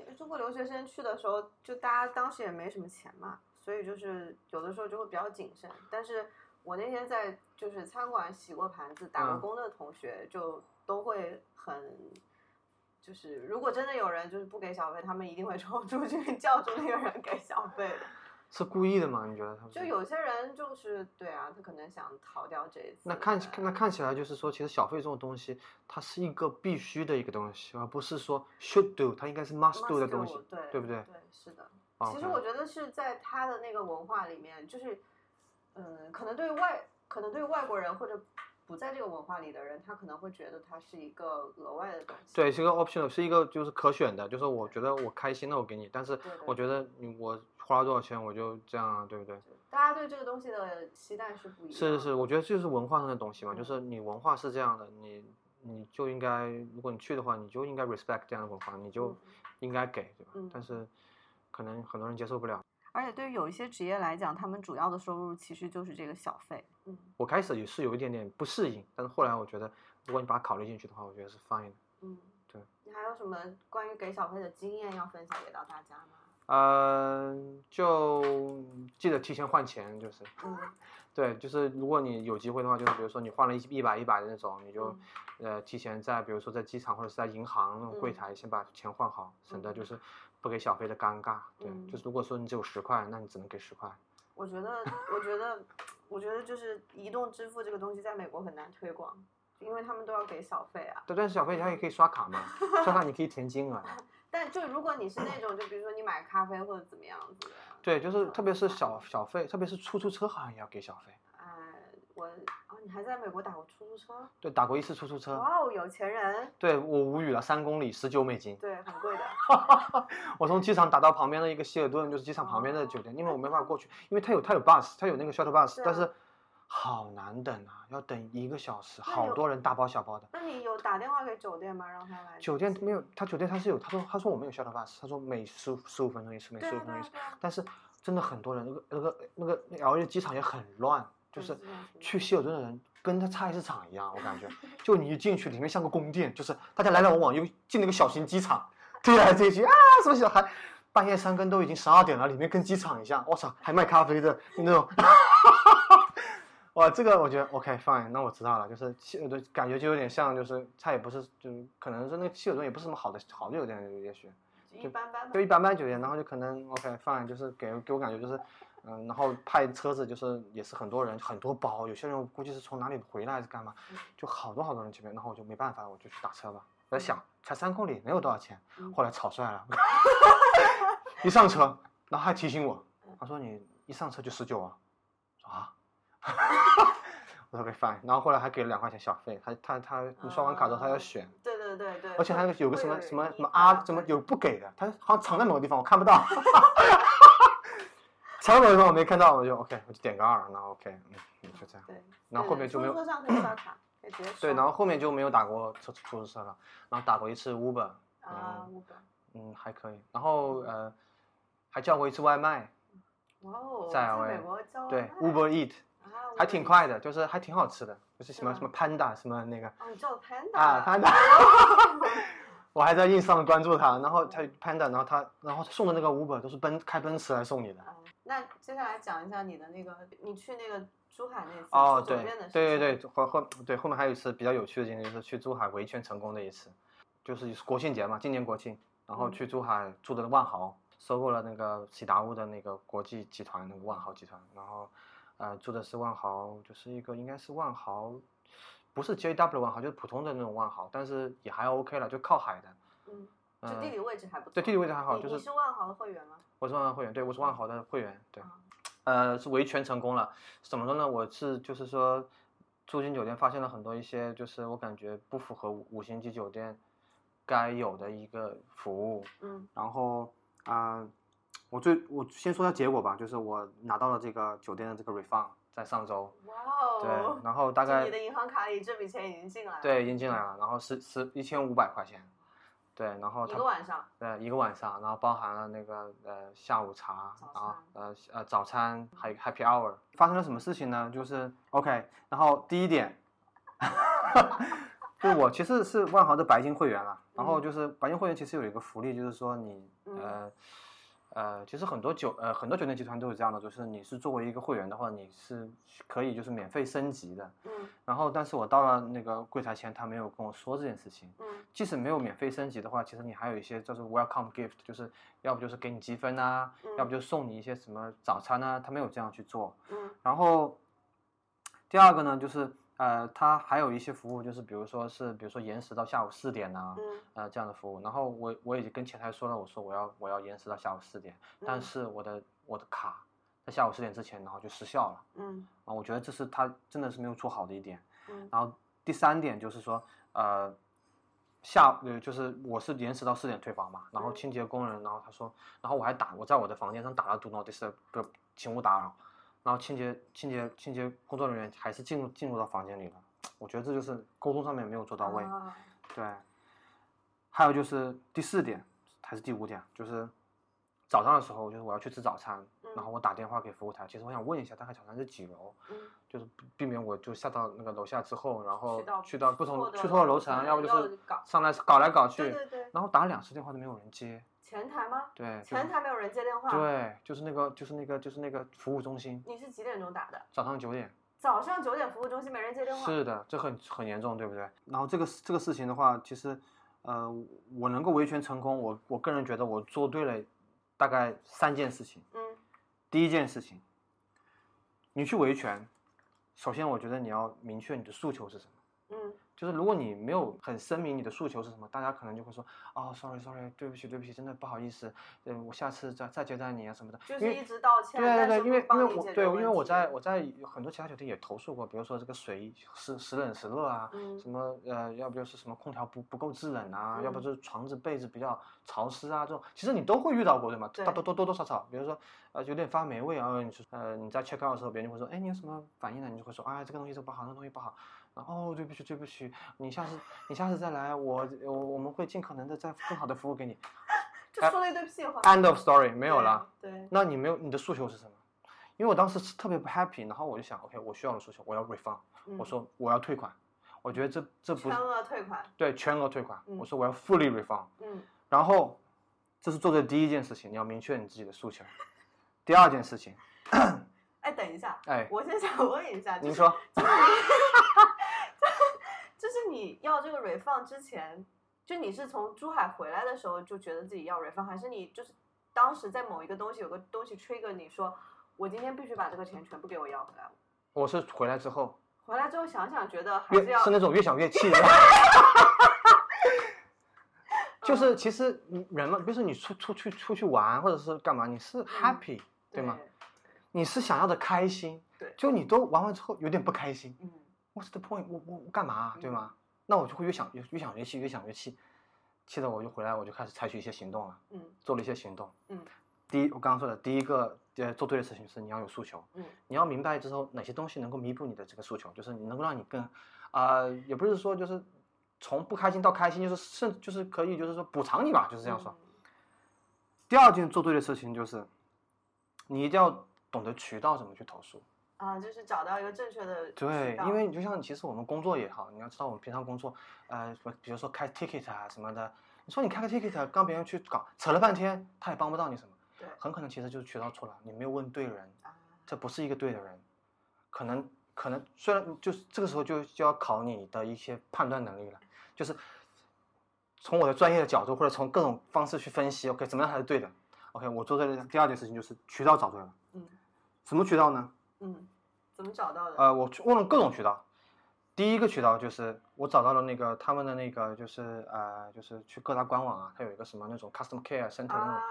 Speaker 1: 因为中国留学生去的时候，就大家当时也没什么钱嘛，所以就是有的时候就会比较谨慎。但是我那天在就是餐馆洗过盘子、打过
Speaker 2: 嗯
Speaker 1: 工的同学，就都会很。就是如果真的有人就是不给小费，他们一定会冲出去 [LAUGHS] 叫住那个人给小费的。
Speaker 2: 是故意的吗？你觉得他们
Speaker 1: 就有些人就是对啊，他可能想逃掉这一次。
Speaker 2: 那看起那看起来就是说，其实小费这种东西，它是一个必须的一个东西，而不是说 should do，它应该是 must do 的东西
Speaker 1: must do，，对
Speaker 2: 对不对？
Speaker 1: 对，是的。
Speaker 2: 啊
Speaker 1: 其
Speaker 2: ，OK，
Speaker 1: 实我觉得是在他的那个文化里面，就是，嗯，可能对外，可能对外国人或者不在这个文化里的人，他可能会觉得它是一个额外的东西。
Speaker 2: 对，是一个 optional，是一个就是可选的，就是我觉得我开心那我给你，但是
Speaker 1: 对对
Speaker 2: 我觉得你我花了多少钱我就这样啊，对不对？
Speaker 1: 就大家对这个东西的期待是不一样。
Speaker 2: 是是是，。我觉得就是文化上的东西嘛，
Speaker 1: 嗯
Speaker 2: 就是你文化是这样的，你你就应该，如果你去的话，你就应该 respect 这样的文化，你就
Speaker 1: 嗯
Speaker 2: 应该给，对吧？
Speaker 1: 嗯
Speaker 2: 但是可能很多人接受不了。
Speaker 3: 而且对于有一些职业来讲，他们主要的收入其实就是这个小费。
Speaker 1: 嗯
Speaker 2: 我开始也是有一点点不适应，但是后来我觉得，如果你把它考虑进去的话，我觉得是 fine 的。
Speaker 1: 嗯。
Speaker 2: 对。
Speaker 1: 你还有什么关于给小费的经验要分享给到大家吗？
Speaker 2: 嗯、就记得提前换钱，就是
Speaker 1: 嗯
Speaker 2: 对，就是如果你有机会的话，就是比如说你换了一一百一百的那种，你就、
Speaker 1: 嗯
Speaker 2: 呃提前在比如说在机场或者是在银行那种柜
Speaker 1: 嗯
Speaker 2: 台先把钱换好，省得
Speaker 1: 嗯
Speaker 2: 就是不给小费的尴尬。对，
Speaker 1: 嗯
Speaker 2: 就是如果说你只有十块，那你只能给十块。
Speaker 1: 我觉得，我觉得，我觉得就是移动支付这个东西在美国很难推广，因为他们都要给小费啊。
Speaker 2: 对，但是小费它也可以刷卡嘛，刷卡你可以填金额。
Speaker 1: 但就如果你是那种，就比如说你买咖啡或者怎么样子的，
Speaker 2: 对，就是
Speaker 1: 嗯
Speaker 2: 特别是小小费，特别是出租车好像也要给小费。
Speaker 1: 哎，我哦，你还在美国打过出租车？
Speaker 2: 对，打过一次出租车，
Speaker 1: 哇哦，有钱人，
Speaker 2: 对我无语了，三公里十九美金，
Speaker 1: 对，很贵的。
Speaker 2: 我从机场打到旁边的一个希尔顿，就是机场旁边的酒店，因为我没办法过去，因为它有它有 bus，它有那个 shuttle bus，
Speaker 1: 对啊
Speaker 2: 但是好难等啊，要等一个小时，
Speaker 1: 那
Speaker 2: 好
Speaker 1: 有
Speaker 2: 多人大包小包的。
Speaker 1: 那你有打电话给酒店吗？让他来？
Speaker 2: 酒店没有，他酒店他是有，他说他说我们有 shuttle bus，他说每十五十五分钟一次，每
Speaker 1: 对啊
Speaker 2: 十五
Speaker 1: 对
Speaker 2: 分钟一
Speaker 1: 啊
Speaker 2: 次，
Speaker 1: 对啊，
Speaker 2: 但是真的很多人，那个那个那个，然后机场也很乱， [LAUGHS] 就
Speaker 1: 对
Speaker 2: 是
Speaker 1: 机场挺
Speaker 2: 去希尔顿的人跟他菜市场一样，我感觉，就你一进去，里面像个宫殿，就是大家来来往往，又进了个小型机场，推来推去啊，什么小孩，半夜三更都已经十二点了，里面跟机场一样，我操，还卖咖啡的那种。 [LAUGHS] 哇，这个我觉得 OK fine，那我知道了，就是希尔顿感觉就有点像，就是它也不是，就是可能是那个希尔顿也不是什么好的好的酒店，也许。
Speaker 1: 就一般般吧
Speaker 2: 就。一般般酒店，然后就可能 OK fine，就是给给我感觉就是，嗯，然后派车子就是也是很多人，很多包，有些人我估计是从哪里回来是干嘛
Speaker 1: 嗯，
Speaker 2: 就好多好多人这边，然后我就没办法，我就去打车吧。我在
Speaker 1: 嗯
Speaker 2: 想，才三公里能有多少钱？
Speaker 1: 嗯
Speaker 2: 后来草率了， [LAUGHS] 一上车，然后还提醒我，
Speaker 1: 嗯
Speaker 2: 他说你一上车就十九啊，我说啊。 [LAUGHS] 我说 OK fine，然后后来还给了两块钱小费，他他他，你刷完卡之后他要
Speaker 1: 啊
Speaker 2: 选，
Speaker 1: 对对对对。
Speaker 2: 而且还有
Speaker 1: 会
Speaker 2: 个有个
Speaker 1: 会
Speaker 2: 什么
Speaker 1: 人
Speaker 2: 什么
Speaker 1: 一
Speaker 2: 什么
Speaker 1: 般
Speaker 2: 啊，
Speaker 1: 般
Speaker 2: 什么有不给的，它好像藏在某个地方，我看不到。 [LAUGHS] 藏在某个地方我没看到，我就 OK，我就点个二，然后 OK，嗯，嗯就这样。
Speaker 1: 对。
Speaker 2: 然后后面就没有
Speaker 1: 出租车上可以刷卡，可以直接刷。
Speaker 2: 对，然后后面就没有打过出出租车了，然后打过一次 Uber，
Speaker 1: 啊，
Speaker 2: 嗯
Speaker 1: 五百。
Speaker 2: 嗯，还可以。然后呃，还叫过一次外卖，
Speaker 1: 哇哦，哦
Speaker 2: 在
Speaker 1: 在
Speaker 2: LA
Speaker 1: 美国交
Speaker 2: 对
Speaker 1: 换
Speaker 2: 哦，Uber Eat，
Speaker 1: 啊，我
Speaker 2: 还挺快的，就是还挺好吃的，就是什么
Speaker 1: 是
Speaker 2: 什么 panda 什么那个
Speaker 1: 哦，你叫 Panda 啊
Speaker 2: 啊 panda，我 [LAUGHS] 还在 ins 上关注他，然后他 panda，然后他然后他送的那个 Uber 都是奔开奔驰来送你的。
Speaker 1: 啊那接下来讲一下你的那个，你去那个珠海那次
Speaker 2: 哦，
Speaker 1: 住酒
Speaker 2: 对
Speaker 1: 店的事情
Speaker 2: 对对对，后后对后面还有一次比较有趣的经历，就是去珠海维权成功的一次，就是国庆节嘛，今年国庆，然后
Speaker 1: 嗯
Speaker 2: 去珠海住的万豪，收购了那个喜达屋的那个国际集团那个万豪集团，然后呃住的是万豪，就是一个应该是万豪，不是 JW 万豪，就是普通的那种万豪，但是也还 OK 了，就靠海的。
Speaker 1: 嗯，就
Speaker 2: 嗯，
Speaker 1: 地理位置还不错。
Speaker 2: 对地理位置还好，
Speaker 1: 你
Speaker 2: 就
Speaker 1: 你是万豪的会员吗？
Speaker 2: 我是万豪会员，对我是万豪的会员，对
Speaker 1: 啊，
Speaker 2: 呃，是维权成功了。怎么说呢？我是就是说，住进酒店发现了很多一些，就是我感觉不符合五五星级酒店该有的一个服务。
Speaker 1: 嗯
Speaker 2: 然后啊、呃我最我先说下结果吧，就是我拿到了这个酒店的这个 refund，在上周，
Speaker 1: 哇哦，
Speaker 2: 对，然后大
Speaker 1: 就
Speaker 2: 概
Speaker 1: 你的银行卡里这笔钱已经进来了，，
Speaker 2: 对已经进来了，然后是是一千五百块钱，对，然后
Speaker 1: 一
Speaker 2: 他
Speaker 1: 个晚上，
Speaker 2: 呃，一个晚上，然后包含了那个呃下午茶，
Speaker 1: 早
Speaker 2: 然后
Speaker 1: 餐
Speaker 2: 呃呃早餐，还有 happy hour。发生了什么事情呢？就是 OK，然后第一点， [LAUGHS] 就我其实是万豪的白金会员了，然后
Speaker 1: 嗯
Speaker 2: 就是白金会员其实有一个福利，就是说你
Speaker 1: 嗯
Speaker 2: 呃呃，其实很多酒呃很多酒店集团都是这样的，就是你是作为一个会员的话，你是可以就是免费升级的。
Speaker 1: 嗯
Speaker 2: 然后但是我到了那个柜台前，他没有跟我说这件事情。
Speaker 1: 嗯
Speaker 2: 即使没有免费升级的话，其实你还有一些叫做 welcome gift，就是要不就是给你积分啊，
Speaker 1: 嗯
Speaker 2: 要不就送你一些什么早餐啊，他没有这样去做。
Speaker 1: 嗯
Speaker 2: 然后第二个呢，就是呃，它还有一些服务，就是比如说是比如说延时到下午四点呐、
Speaker 1: 嗯，
Speaker 2: 呃这样的服务。然后我我已经跟前台说了，我说我要我要延时到下午四点，
Speaker 1: 嗯
Speaker 2: 但是我的我的卡在下午四点之前，然后就失效了
Speaker 1: 嗯
Speaker 2: 啊，我觉得这是他真的是没有做好的一点。
Speaker 1: 嗯
Speaker 2: 然后第三点就是说，呃，下呃就是我是延迟到四点退房嘛，然后
Speaker 1: 嗯
Speaker 2: 清洁工人，然后他说，然后我还打我在我的房间上打了 do not disturb，不请勿打扰，然后清洁清洁清洁工作人员还是进入进入到房间里了，我觉得这就是沟通上面没有做到位，
Speaker 1: 啊
Speaker 2: 对。还有就是第四点还是第五点，就是早上的时候，就是我要去吃早餐，然后我打电话给服务台，其实我想问一下大概早餐是几楼，
Speaker 1: 嗯
Speaker 2: 就是避避免我就下到那个楼下之后，然后
Speaker 1: 去到
Speaker 2: 去到不
Speaker 1: 错
Speaker 2: 同
Speaker 1: 的
Speaker 2: 去错了楼层，
Speaker 1: 层
Speaker 2: 要不就
Speaker 1: 要
Speaker 2: 是
Speaker 1: 搞
Speaker 2: 上来搞来搞去，
Speaker 1: 对对对，
Speaker 2: 然后打了两次电话都没有人接，
Speaker 1: 前台吗？
Speaker 2: 对，就是
Speaker 1: 前台没有人接电话，，
Speaker 2: 对，就是那个就是那个就是那个服务中心，
Speaker 1: 你是几点钟打的？
Speaker 2: 早上九点，
Speaker 1: 早上九点服务中心没人接电话，
Speaker 2: 是的，这很很严重，对不对？然后这个这个事情的话，其实呃，我能够维权成功，我我个人觉得我做对了大概三件事情。
Speaker 1: 嗯
Speaker 2: 第一件事情，你去维权，首先我觉得你要明确你的诉求是什么。
Speaker 1: 嗯
Speaker 2: 就是如果你没有很声明你的诉求是什么，大家可能就会说，哦，sorry sorry，对不起对不起，真的不好意思，呃，我下次再再接待你啊什么的。
Speaker 1: 就
Speaker 2: 因
Speaker 1: 是
Speaker 2: 为
Speaker 1: 一直道歉，
Speaker 2: 对啊对
Speaker 1: 但是
Speaker 2: 对，因为
Speaker 1: 不
Speaker 2: 因
Speaker 1: 帮
Speaker 2: 为
Speaker 1: 你
Speaker 2: 我
Speaker 1: 解决
Speaker 2: 对，因
Speaker 1: 问
Speaker 2: 为我
Speaker 1: 题
Speaker 2: 在我在很多其他酒店也投诉过，比如说这个水时时冷时热啊，
Speaker 1: 嗯
Speaker 2: 什么呃，要不就是什么空调不不够制冷啊，要不
Speaker 1: 嗯
Speaker 2: 就是床子被子比较潮湿啊，这种其实你都会遇到过，对吗？
Speaker 1: 对
Speaker 2: 多多多多多少少，比如说呃有点发霉味啊，你说呃你在 check out 的时候，别人就会说，哎你有什么反应呢？你就会说，哎这个东西是不好，那个东西不好。然后哦对不起对不起，你下次你下次再来，我我我们会尽可能的再更好的服务给你。
Speaker 1: 就说了一堆屁话，
Speaker 2: End of story，没有了。
Speaker 1: 对，对，
Speaker 2: 那你没有你的诉求是什么？因为我当时是特别不 happy，然后我就想，OK，我需要的诉求，我要 refund，、我
Speaker 1: 嗯
Speaker 2: 说我要退款，我觉得这这不
Speaker 1: 全
Speaker 2: 是
Speaker 1: 额退款，
Speaker 2: 对全额退款，
Speaker 1: 嗯
Speaker 2: 我说我要 fully refund，
Speaker 1: 嗯
Speaker 2: 然后这是做的第一件事情，你要明确你自己的诉求。第二件事情，
Speaker 1: 哎，等一下，
Speaker 2: 哎，
Speaker 1: 我先想问一下，就
Speaker 2: 您
Speaker 1: 是
Speaker 2: 说，
Speaker 1: 就是你要这个 refund 之前，就你是从珠海回来的时候就觉得自己要 refund，还是你就是当时在某一个东西有个东西 trigger 你说，我今天必须把这个钱全部给我要回来。
Speaker 2: 我是回来之后
Speaker 1: 回来之后想想，觉得还
Speaker 2: 越
Speaker 1: 是要嗯
Speaker 2: 是那种越想越气的。
Speaker 1: [LAUGHS]
Speaker 2: 就是其实你人嘛，比如说你出出去出去玩或者是干嘛，你是
Speaker 1: 嗯
Speaker 2: happy、对吗？？你是想要的开心，
Speaker 1: 对
Speaker 2: 就你都玩完之后有点不开心
Speaker 1: 嗯
Speaker 2: ，What's the point？我我我干嘛、啊，对
Speaker 1: 嗯
Speaker 2: 吗？那我就会越想越越想越气，越想越气，气得我就回来，我就开始采取一些行动了，
Speaker 1: 嗯
Speaker 2: 做了一些行动。
Speaker 1: 嗯，
Speaker 2: 第一，我刚刚说的第一个呃做对的事情是你要有诉求，
Speaker 1: 嗯
Speaker 2: 你要明白之后哪些东西能够弥补你的这个诉求，就是你能够让你更，啊、也不是说就是从不开心到开心，就是甚就是可以就是说补偿你吧，就是这样说。
Speaker 1: 嗯
Speaker 2: 第二件做对的事情就是，你一定要懂得渠道怎么去投诉。
Speaker 1: 啊，就是找到一个正确的
Speaker 2: 对
Speaker 1: 渠，道
Speaker 2: 因为你就像其实我们工作也好，你要知道我们平常工作，呃，什么比如说开 ticket 啊什么的，你说你开个 ticket 啊让别人去搞，扯了半天，他也帮不到你什么，
Speaker 1: 对
Speaker 2: 很可能其实就是渠道错了，你没有问对人，
Speaker 1: 啊，
Speaker 2: 这不是一个对的人，可能可能虽然就是这个时候就就要考你的一些判断能力了，就是从我的专业的角度或者从各种方式去分析，OK 怎么样才是对的，OK 我做对的第二件事情就是渠道找对了，
Speaker 1: 嗯
Speaker 2: 什么渠道呢？
Speaker 1: 嗯，怎么找到的？
Speaker 2: 呃，我去问了各种渠道，第一个渠道就是我找到了那个他们的那个就是呃就是去各大官网啊，它有一个什么那种 customer care center 那种。
Speaker 1: 啊，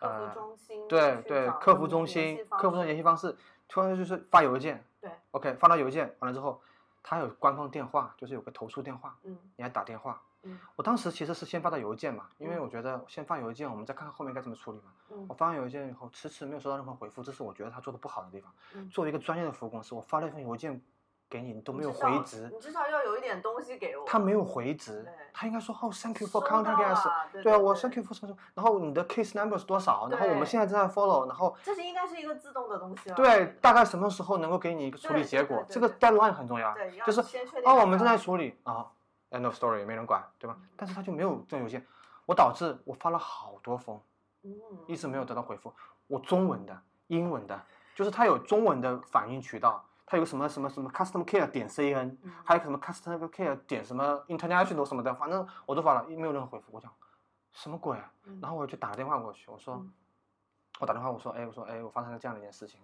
Speaker 1: 客服
Speaker 2: 呃
Speaker 1: 中心
Speaker 2: 对
Speaker 1: 去
Speaker 2: 对
Speaker 1: 找，他
Speaker 2: 客服
Speaker 1: 们
Speaker 2: 中
Speaker 1: 的联
Speaker 2: 心
Speaker 1: 系，方
Speaker 2: 客服中
Speaker 1: 式
Speaker 2: 联系方式，突然就是发邮件，
Speaker 1: 对
Speaker 2: ，OK，发到邮件完了之后，他有官方电话，就是有个投诉电话，
Speaker 1: 嗯
Speaker 2: 你还打电话。
Speaker 1: 嗯
Speaker 2: 我当时其实是先发到邮件嘛，因为
Speaker 1: 嗯
Speaker 2: 我觉得先发邮件，我们再看看后面该怎么处理嘛。
Speaker 1: 嗯
Speaker 2: 我发完邮件以后，迟迟没有收到任何回复，这是我觉得他做的不好的地方。
Speaker 1: 嗯，
Speaker 2: 作为一个专业的服务公司，我发了一份邮件给你，你都
Speaker 1: 你
Speaker 2: 没有
Speaker 1: 至少
Speaker 2: 回执，
Speaker 1: 你至少要有一点东西给我。
Speaker 2: 他没有回执
Speaker 1: 对，
Speaker 2: 他应该说哦，Thank you
Speaker 1: 收
Speaker 2: for
Speaker 1: 到
Speaker 2: contacting us，
Speaker 1: 了对
Speaker 2: 对啊，我
Speaker 1: 对
Speaker 2: Thank you for 什么什么，然后你的 case number 是多少，然后我们
Speaker 1: 对
Speaker 2: 现在正在 follow，然后
Speaker 1: 这是应该是一个自动的东西了。
Speaker 2: 对，大概什么时候能够给你一个处
Speaker 1: 对
Speaker 2: 理
Speaker 1: 对
Speaker 2: 结
Speaker 1: 对
Speaker 2: 果？
Speaker 1: 对
Speaker 2: 这个
Speaker 1: 对
Speaker 2: deadline 很重要，
Speaker 1: 对，要
Speaker 2: 就是
Speaker 1: 先确定
Speaker 2: 哦，
Speaker 1: 好
Speaker 2: 我们正在
Speaker 1: 了
Speaker 2: 处理啊，end of story，没人管，对吧？但是他就没有这种邮件，我导致我发了好多封，
Speaker 1: 嗯，
Speaker 2: 一直没有得到回复。我中文的、英文的，就是它有中文的反应渠道，它有个什么什么什么 custom care 点 cn，
Speaker 1: 嗯
Speaker 2: 还有个什么 custom care 点什么 international 什么的，反正我都发了，没有任何回复。我讲什么鬼啊？
Speaker 1: 嗯
Speaker 2: 然后我就打个电话过去，我说，
Speaker 1: 嗯
Speaker 2: 我打电话我说，哎，我说，哎，我发生了这样的一件事情，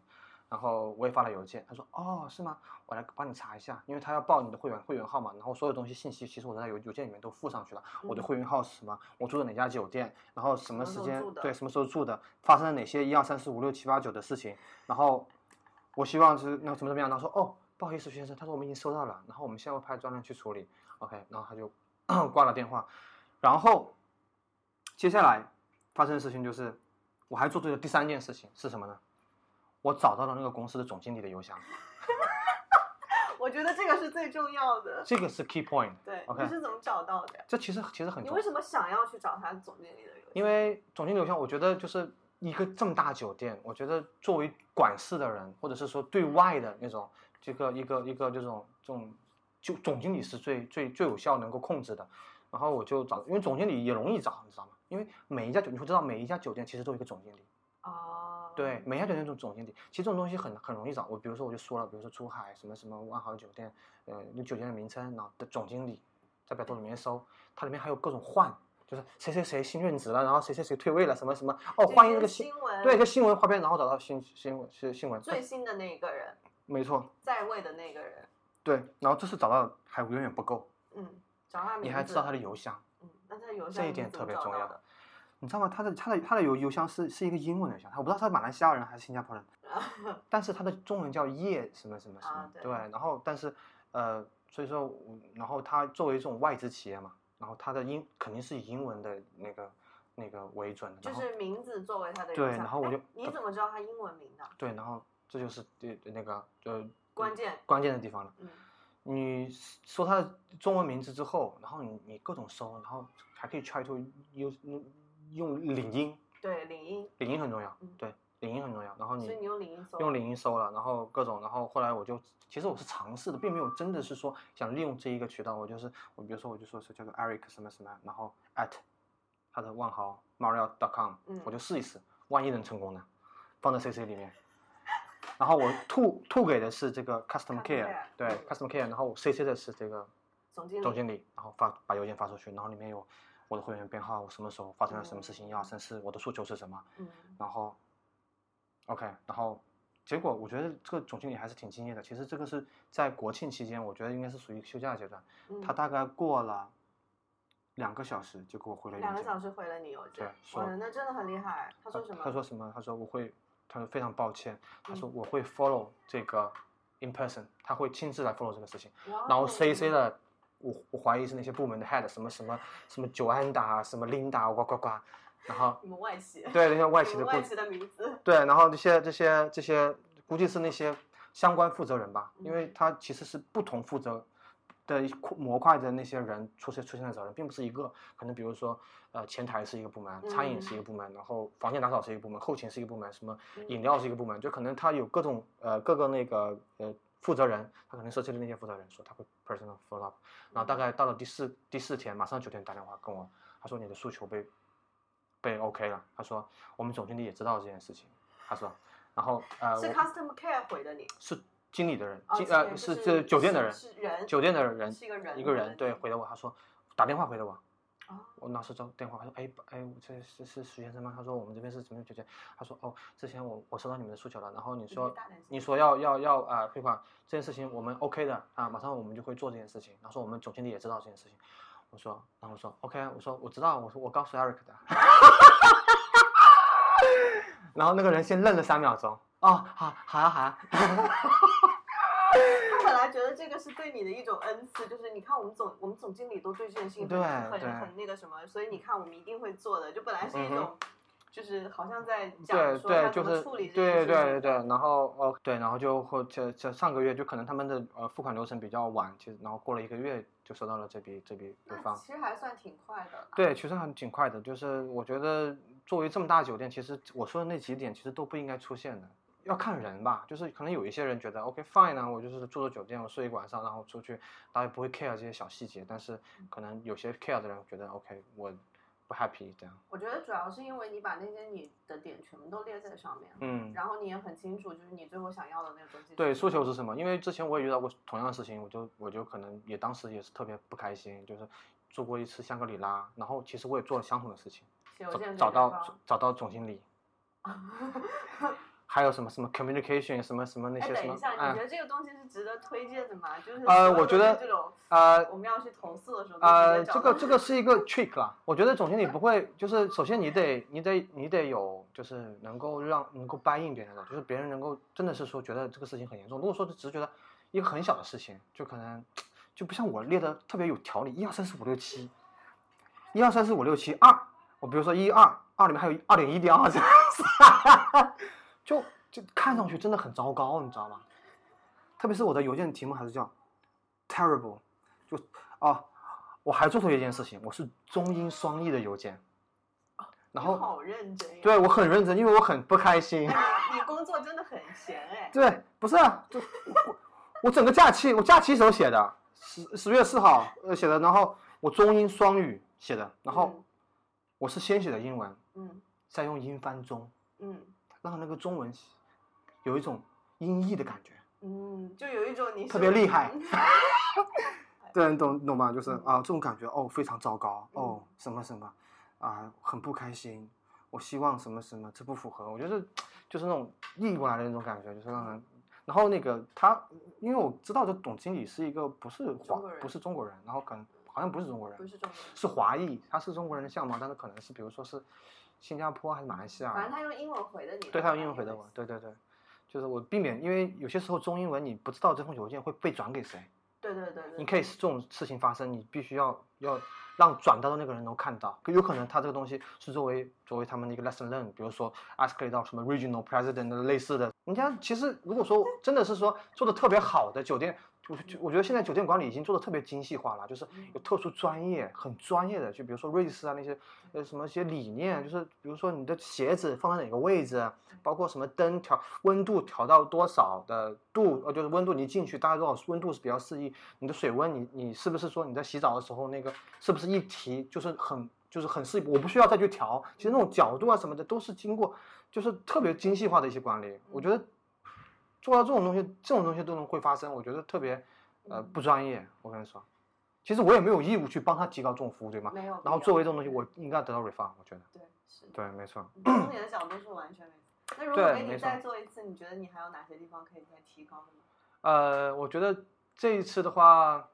Speaker 2: 然后我也发了邮件，他说，哦，是吗？我来帮你查一下，因为他要报你的会员会员号嘛，然后所有东西信息其实我在邮邮件里面都附上去了，我的
Speaker 1: 嗯
Speaker 2: 会员号是什么，我住的哪家酒店，然后什么
Speaker 1: 什么时
Speaker 2: 时
Speaker 1: 候
Speaker 2: 间
Speaker 1: 住的
Speaker 2: 对什么时候住的，发生了哪些一二三四五六七八九的事情，然后我希望是那个怎么怎么样，然后说哦，不好意思，徐先生，他说我们已经收到了，然后我们现在会派专人去处理，OK，然后他就 [COUGHS] 挂了电话，然后接下来发生的事情就是，我还做对了第三件事情是什么呢？我找到了那个公司的总经理的邮箱，
Speaker 1: 我觉得这个是最重要的。
Speaker 2: 这个是 key point，
Speaker 1: 对，
Speaker 2: OK
Speaker 1: 你是怎么找到的呀？
Speaker 2: 这其实其实很
Speaker 1: 你
Speaker 2: 重
Speaker 1: 为
Speaker 2: 要，
Speaker 1: 什么想要去找他总经理的邮箱？
Speaker 2: 因为总经理邮箱，我觉得就是一个这么大酒店，我觉得作为管事的人，或者是说对外的那种这个一个一个这种这种就总经理是最最最有效能够控制的。然后我就找，因为总经理也容易找，你知道吗？因为每一家酒你会知道，每一家酒店其实都有一个总经理。
Speaker 1: 哦，
Speaker 2: 对，，每家酒店总总经理，其实这种东西很很容易找。我比如说我就说了，比如说珠海什么什么万豪酒店，呃，那酒店的名称，然后的总经理，在百度里面搜，它里面还有各种换，就是谁谁谁新任职了，然后谁谁谁退位了，什么什么，哦，换一个新，
Speaker 1: 新闻，
Speaker 2: 对，一个新闻花边，然后找到新新闻是新闻，
Speaker 1: 最新的那个人，
Speaker 2: 没错，
Speaker 1: 在位的那个人，
Speaker 2: 对，然后这次找到还远远不够，
Speaker 1: 嗯，找他名字，
Speaker 2: 你还知道他的邮箱，
Speaker 1: 嗯，那他的邮箱
Speaker 2: 这一
Speaker 1: 你
Speaker 2: 点
Speaker 1: 怎
Speaker 2: 特
Speaker 1: 么
Speaker 2: 别
Speaker 1: 找
Speaker 2: 重
Speaker 1: 到
Speaker 2: 要
Speaker 1: 的。。
Speaker 2: 你知道吗？他的他的他的邮邮箱是是一个英文邮箱，我不知道他是马来西亚人还是新
Speaker 1: [LAUGHS]
Speaker 2: 加坡人，但是它的中文叫叶什么什么什么，
Speaker 1: 啊对
Speaker 2: 对然后但是呃，所以说我，然后它作为这种外资企业嘛，然后它的英肯定是以英文的那个那个为准的，
Speaker 1: 就
Speaker 2: 然后、
Speaker 1: 是名字作为他的邮
Speaker 2: 对
Speaker 1: 箱
Speaker 2: 然后我
Speaker 1: 哎
Speaker 2: 就
Speaker 1: 你怎么知道他英文名的？
Speaker 2: 对，然后这就是对那个呃
Speaker 1: 关键，
Speaker 2: 关键的地方了。
Speaker 1: 嗯，
Speaker 2: 你说它的中文名字之后，然后你你各种搜，然后还可以 try to use 用用领英，
Speaker 1: 对，领英，
Speaker 2: 领英很重要，
Speaker 1: 嗯
Speaker 2: 对，领英很重要。然后
Speaker 1: 所以你用领英搜，啊
Speaker 2: 用领英搜了，然后各种，然后后来我就，其实我是尝试的，并没有真的是说想利用这一个渠道，我就是我比如说我就说是叫做 Eric 什么什么，然后 at 他的万豪 Marriott.com，、
Speaker 1: 嗯
Speaker 2: 我就试一试，万一能成功呢，放在 CC 里面，然后我吐吐给的是这个 Custom
Speaker 1: Custom
Speaker 2: Care，
Speaker 1: care，
Speaker 2: 对、
Speaker 1: 嗯
Speaker 2: Custom Care，然后我 CC 的是这个
Speaker 1: 总经理，
Speaker 2: 总经理，然后发把邮件发出去，然后里面有我的会员编号，我什么时候发生了什么事情，一二三四，我的诉求是什么，
Speaker 1: 嗯，
Speaker 2: 然后，OK，然后结果我觉得这个总经理还是挺敬业的。其实这个是在国庆期间，我觉得应该是属于休假阶段。
Speaker 1: 嗯
Speaker 2: 他大概过了两个小时就给我回了邮件，
Speaker 1: 两个小时回了你邮件，
Speaker 2: 对说
Speaker 1: 哇，那真的很厉害。他
Speaker 2: 他
Speaker 1: 说什么？
Speaker 2: 他说什么？他说我会，他说非常抱歉，他说
Speaker 1: 嗯
Speaker 2: 我会 follow 这个 in person，他会亲自来 follow 这个事情。
Speaker 1: 哇
Speaker 2: 然后
Speaker 1: 哦
Speaker 2: CC 了，我我怀疑是那些部门的 head，什么什么什么九安达，什么琳达，呱呱呱，然后
Speaker 1: 你们外企，
Speaker 2: 对那些外企
Speaker 1: 你
Speaker 2: 的
Speaker 1: 们
Speaker 2: 部
Speaker 1: 嗯外企的名字，
Speaker 2: 对，然后这些这些这些，估计是那些相关负责人吧，因为
Speaker 1: 嗯
Speaker 2: 他其实是不同负责的一块模块的那些人出现出现的责任，并不是一个，可能比如说，呃，前台是一个部门，餐饮是一个部门，然后房间打扫是一个部门，后勤是一个部门，什么
Speaker 1: 嗯
Speaker 2: 饮料是一个部门，就可能他有各种呃各个那个呃负责人，他可能设计的那些负责人说他会 personal follow up，然后大概到了第四第四天，马上九天打电话跟我，他说你的诉求被被 OK 了，他说我们总经理也知道这件事情，他说，然后呃
Speaker 1: 是
Speaker 2: 我
Speaker 1: customer care 回的你，
Speaker 2: 是经理的人，
Speaker 1: 哦
Speaker 2: 经
Speaker 1: 经理
Speaker 2: 呃
Speaker 1: 就是是
Speaker 2: 这酒店的人，
Speaker 1: 是是人
Speaker 2: 酒店的人
Speaker 1: 是一个人
Speaker 2: 一个
Speaker 1: 回的
Speaker 2: 人对
Speaker 1: 你
Speaker 2: 回的我，他说打电话回的我
Speaker 1: 哦。
Speaker 2: 我拿收到电话，他说：“哎哎，我这是是徐先生吗？”他说：“我们这边是怎么酒店？”他说：“哦，之前我我收到你们的诉求了，然后你
Speaker 1: 你可以
Speaker 2: 说
Speaker 1: 大胆
Speaker 2: 你
Speaker 1: 说
Speaker 2: 说要要要啊、呃退款这件事情，我们 OK 的啊，马上我们就会做这件事情。”然后说我们总经理也知道这件事情。我说，然后我说 OK，啊我说我知道，我说我告诉 Eric 的。 [LAUGHS] 然后那个人先愣了三秒钟，哦，好，好呀、好呀、
Speaker 1: 他本来觉得这个是对你的一种恩赐，就是你看我们总我们总经理都对这件事情
Speaker 2: 对
Speaker 1: 很很
Speaker 2: 对
Speaker 1: 很那个什么，所以你看我们一定会做的，就本来是一
Speaker 2: 嗯哼
Speaker 1: 种。就是好像在讲
Speaker 2: 对
Speaker 1: 说他
Speaker 2: 对，
Speaker 1: 怎
Speaker 2: 就
Speaker 1: 么
Speaker 2: 是
Speaker 1: 处理这件
Speaker 2: 对对
Speaker 1: 事情
Speaker 2: 对对，然后哦对，然后就或这这上个月就可能他们的呃付款流程比较晚，其实然后过了一个月就收到了这笔这笔回
Speaker 1: 那
Speaker 2: 放。
Speaker 1: 其实还算挺快的啦。
Speaker 2: 对，其实很挺快的，就是我觉得作为这么大酒店，其实我说的那几点其实都不应该出现的，要看人吧，就是可能有一些人觉得 OK fine 啊，我就是住住酒店，我睡一晚上，然后出去，大家不会 care 这些小细节，但是可能有些 care 的人觉得 OK 我不 happy 这样，
Speaker 1: 我觉得主要是因为你把那些你的点全部都列在上面了，
Speaker 2: 嗯。
Speaker 1: 然后你也很清楚，就是你最后想要的那个东西。
Speaker 2: 对，诉求是什么？因为之前我也遇到过同样的事情，我就我就可能也当时也是特别不开心，就是做过一次香格里拉，然后其实我也做了相同的事情，
Speaker 1: 写邮
Speaker 2: 找
Speaker 1: 件给
Speaker 2: 找
Speaker 1: 对
Speaker 2: 到
Speaker 1: 方
Speaker 2: 找到总
Speaker 1: [LAUGHS]
Speaker 2: 经理，还有什么什么 communication 什么什么那
Speaker 1: 哎，
Speaker 2: 些什
Speaker 1: 等
Speaker 2: 么
Speaker 1: 一下，，你觉
Speaker 2: 哎，
Speaker 1: 得这个东西是值得推荐的吗？就是
Speaker 2: 呃
Speaker 1: 所有
Speaker 2: 我觉
Speaker 1: 的
Speaker 2: 得
Speaker 1: 这种
Speaker 2: 呃
Speaker 1: 我们要去投诉的时候，就
Speaker 2: 呃，
Speaker 1: 直接
Speaker 2: 这
Speaker 1: 找
Speaker 2: 个
Speaker 1: 到
Speaker 2: 这个是一个 trick 啦，我觉得总经理不会，就是首先你得你得你得有，就是能够让能够 buy in 别人的，就是别人能够真的是说觉得这个事情很严重。如果说只是觉得一个很小的事情，就可能就不像我列的特别有条理，一二三四五六七，一二三四五六七二，我比如说一二二里面还有二点一点二三四， [LAUGHS] 就就看
Speaker 1: 嗯
Speaker 2: 上去真的很糟糕，你知道吗？特别是我的邮件题目还是叫 terrible，就啊，我还做错一件事情，我是中英双译的邮件，然
Speaker 1: 哦你
Speaker 2: 后
Speaker 1: 好认真呀。
Speaker 2: 对我很认真，因为我很不开心。
Speaker 1: 哎，你你工作真的很闲哎。
Speaker 2: 对，不是啊，就我我整个假期，我假期时候写的，十十月四号呃写的，然后我中英双语写的，然后我是先写的英文，
Speaker 1: 嗯
Speaker 2: 再用英翻中，
Speaker 1: 嗯
Speaker 2: 让那个中文有一种音译的感觉。
Speaker 1: 嗯嗯，就有一种你是
Speaker 2: 特别厉害
Speaker 1: 嗯
Speaker 2: 对，你懂你懂吧？就是
Speaker 1: 嗯
Speaker 2: 啊，这种感觉哦，非常糟糕哦
Speaker 1: 嗯，
Speaker 2: 什么什么啊，很不开心。我希望什么什么，这不符合。我觉得就是那种逆过来的那种感觉，就是让人。
Speaker 1: 嗯
Speaker 2: 然后那个他，因为我知道这总经理是一个不是华
Speaker 1: 中国人
Speaker 2: 不是中国人，然后可能好像不是中国人
Speaker 1: 不，是
Speaker 2: [LAUGHS]
Speaker 1: 中国人，
Speaker 2: 是华裔，他是中国人的相貌，但是可能是比如说是新加坡还是马来西亚，
Speaker 1: 反正他用英文回的你。
Speaker 2: 啊对他用英文回的
Speaker 1: 的
Speaker 2: 我，对对对，就是我避免，因为有些时候中英文你不知道这封邮件会被转给谁。
Speaker 1: 对对对对。
Speaker 2: 你可以这种事情发生，你必须要要让转到的那个人能看到，有可能他这个东西是作为作为他们的一个 lesson learn，比如说 escalate 到什么 regional president 的类似的，人家其实如果说真的是说做的特别好的酒店，我就我觉得现在酒店管理已经做的特别精细化了，就是
Speaker 1: 嗯
Speaker 2: 有特殊专业、很专业的，就比如说瑞士啊那些呃什么一些理念，就是比如说你的鞋子放在哪个位置，包括什么灯调温度调到多少的度，呃，就是温度你进去大概多少温度是比较适宜。你的水温，你你是不是说你在洗澡的时候那个是不是一提就是很就是很适宜，我不需要再去调。其实那种角度啊什么的都是经过就是特别精细化的一些管理。我觉得做到这种东西，这种东西都能会发生，我觉得特别呃
Speaker 1: 嗯
Speaker 2: 不专业。我跟你说，其实我也没有义务去帮他提高这种服务，对吗？
Speaker 1: 没有必要。
Speaker 2: 然后作为这种东西，我应该得到 refund，我觉得。
Speaker 1: 对是的。
Speaker 2: 对，没错。
Speaker 1: 嗯从你的角度是完全没错。那如果
Speaker 2: 对
Speaker 1: 给你
Speaker 2: 没
Speaker 1: 再
Speaker 2: 错
Speaker 1: 做一次，你觉得你还有哪些地方可以再提高的吗？
Speaker 2: 呃，我觉得这一次的话，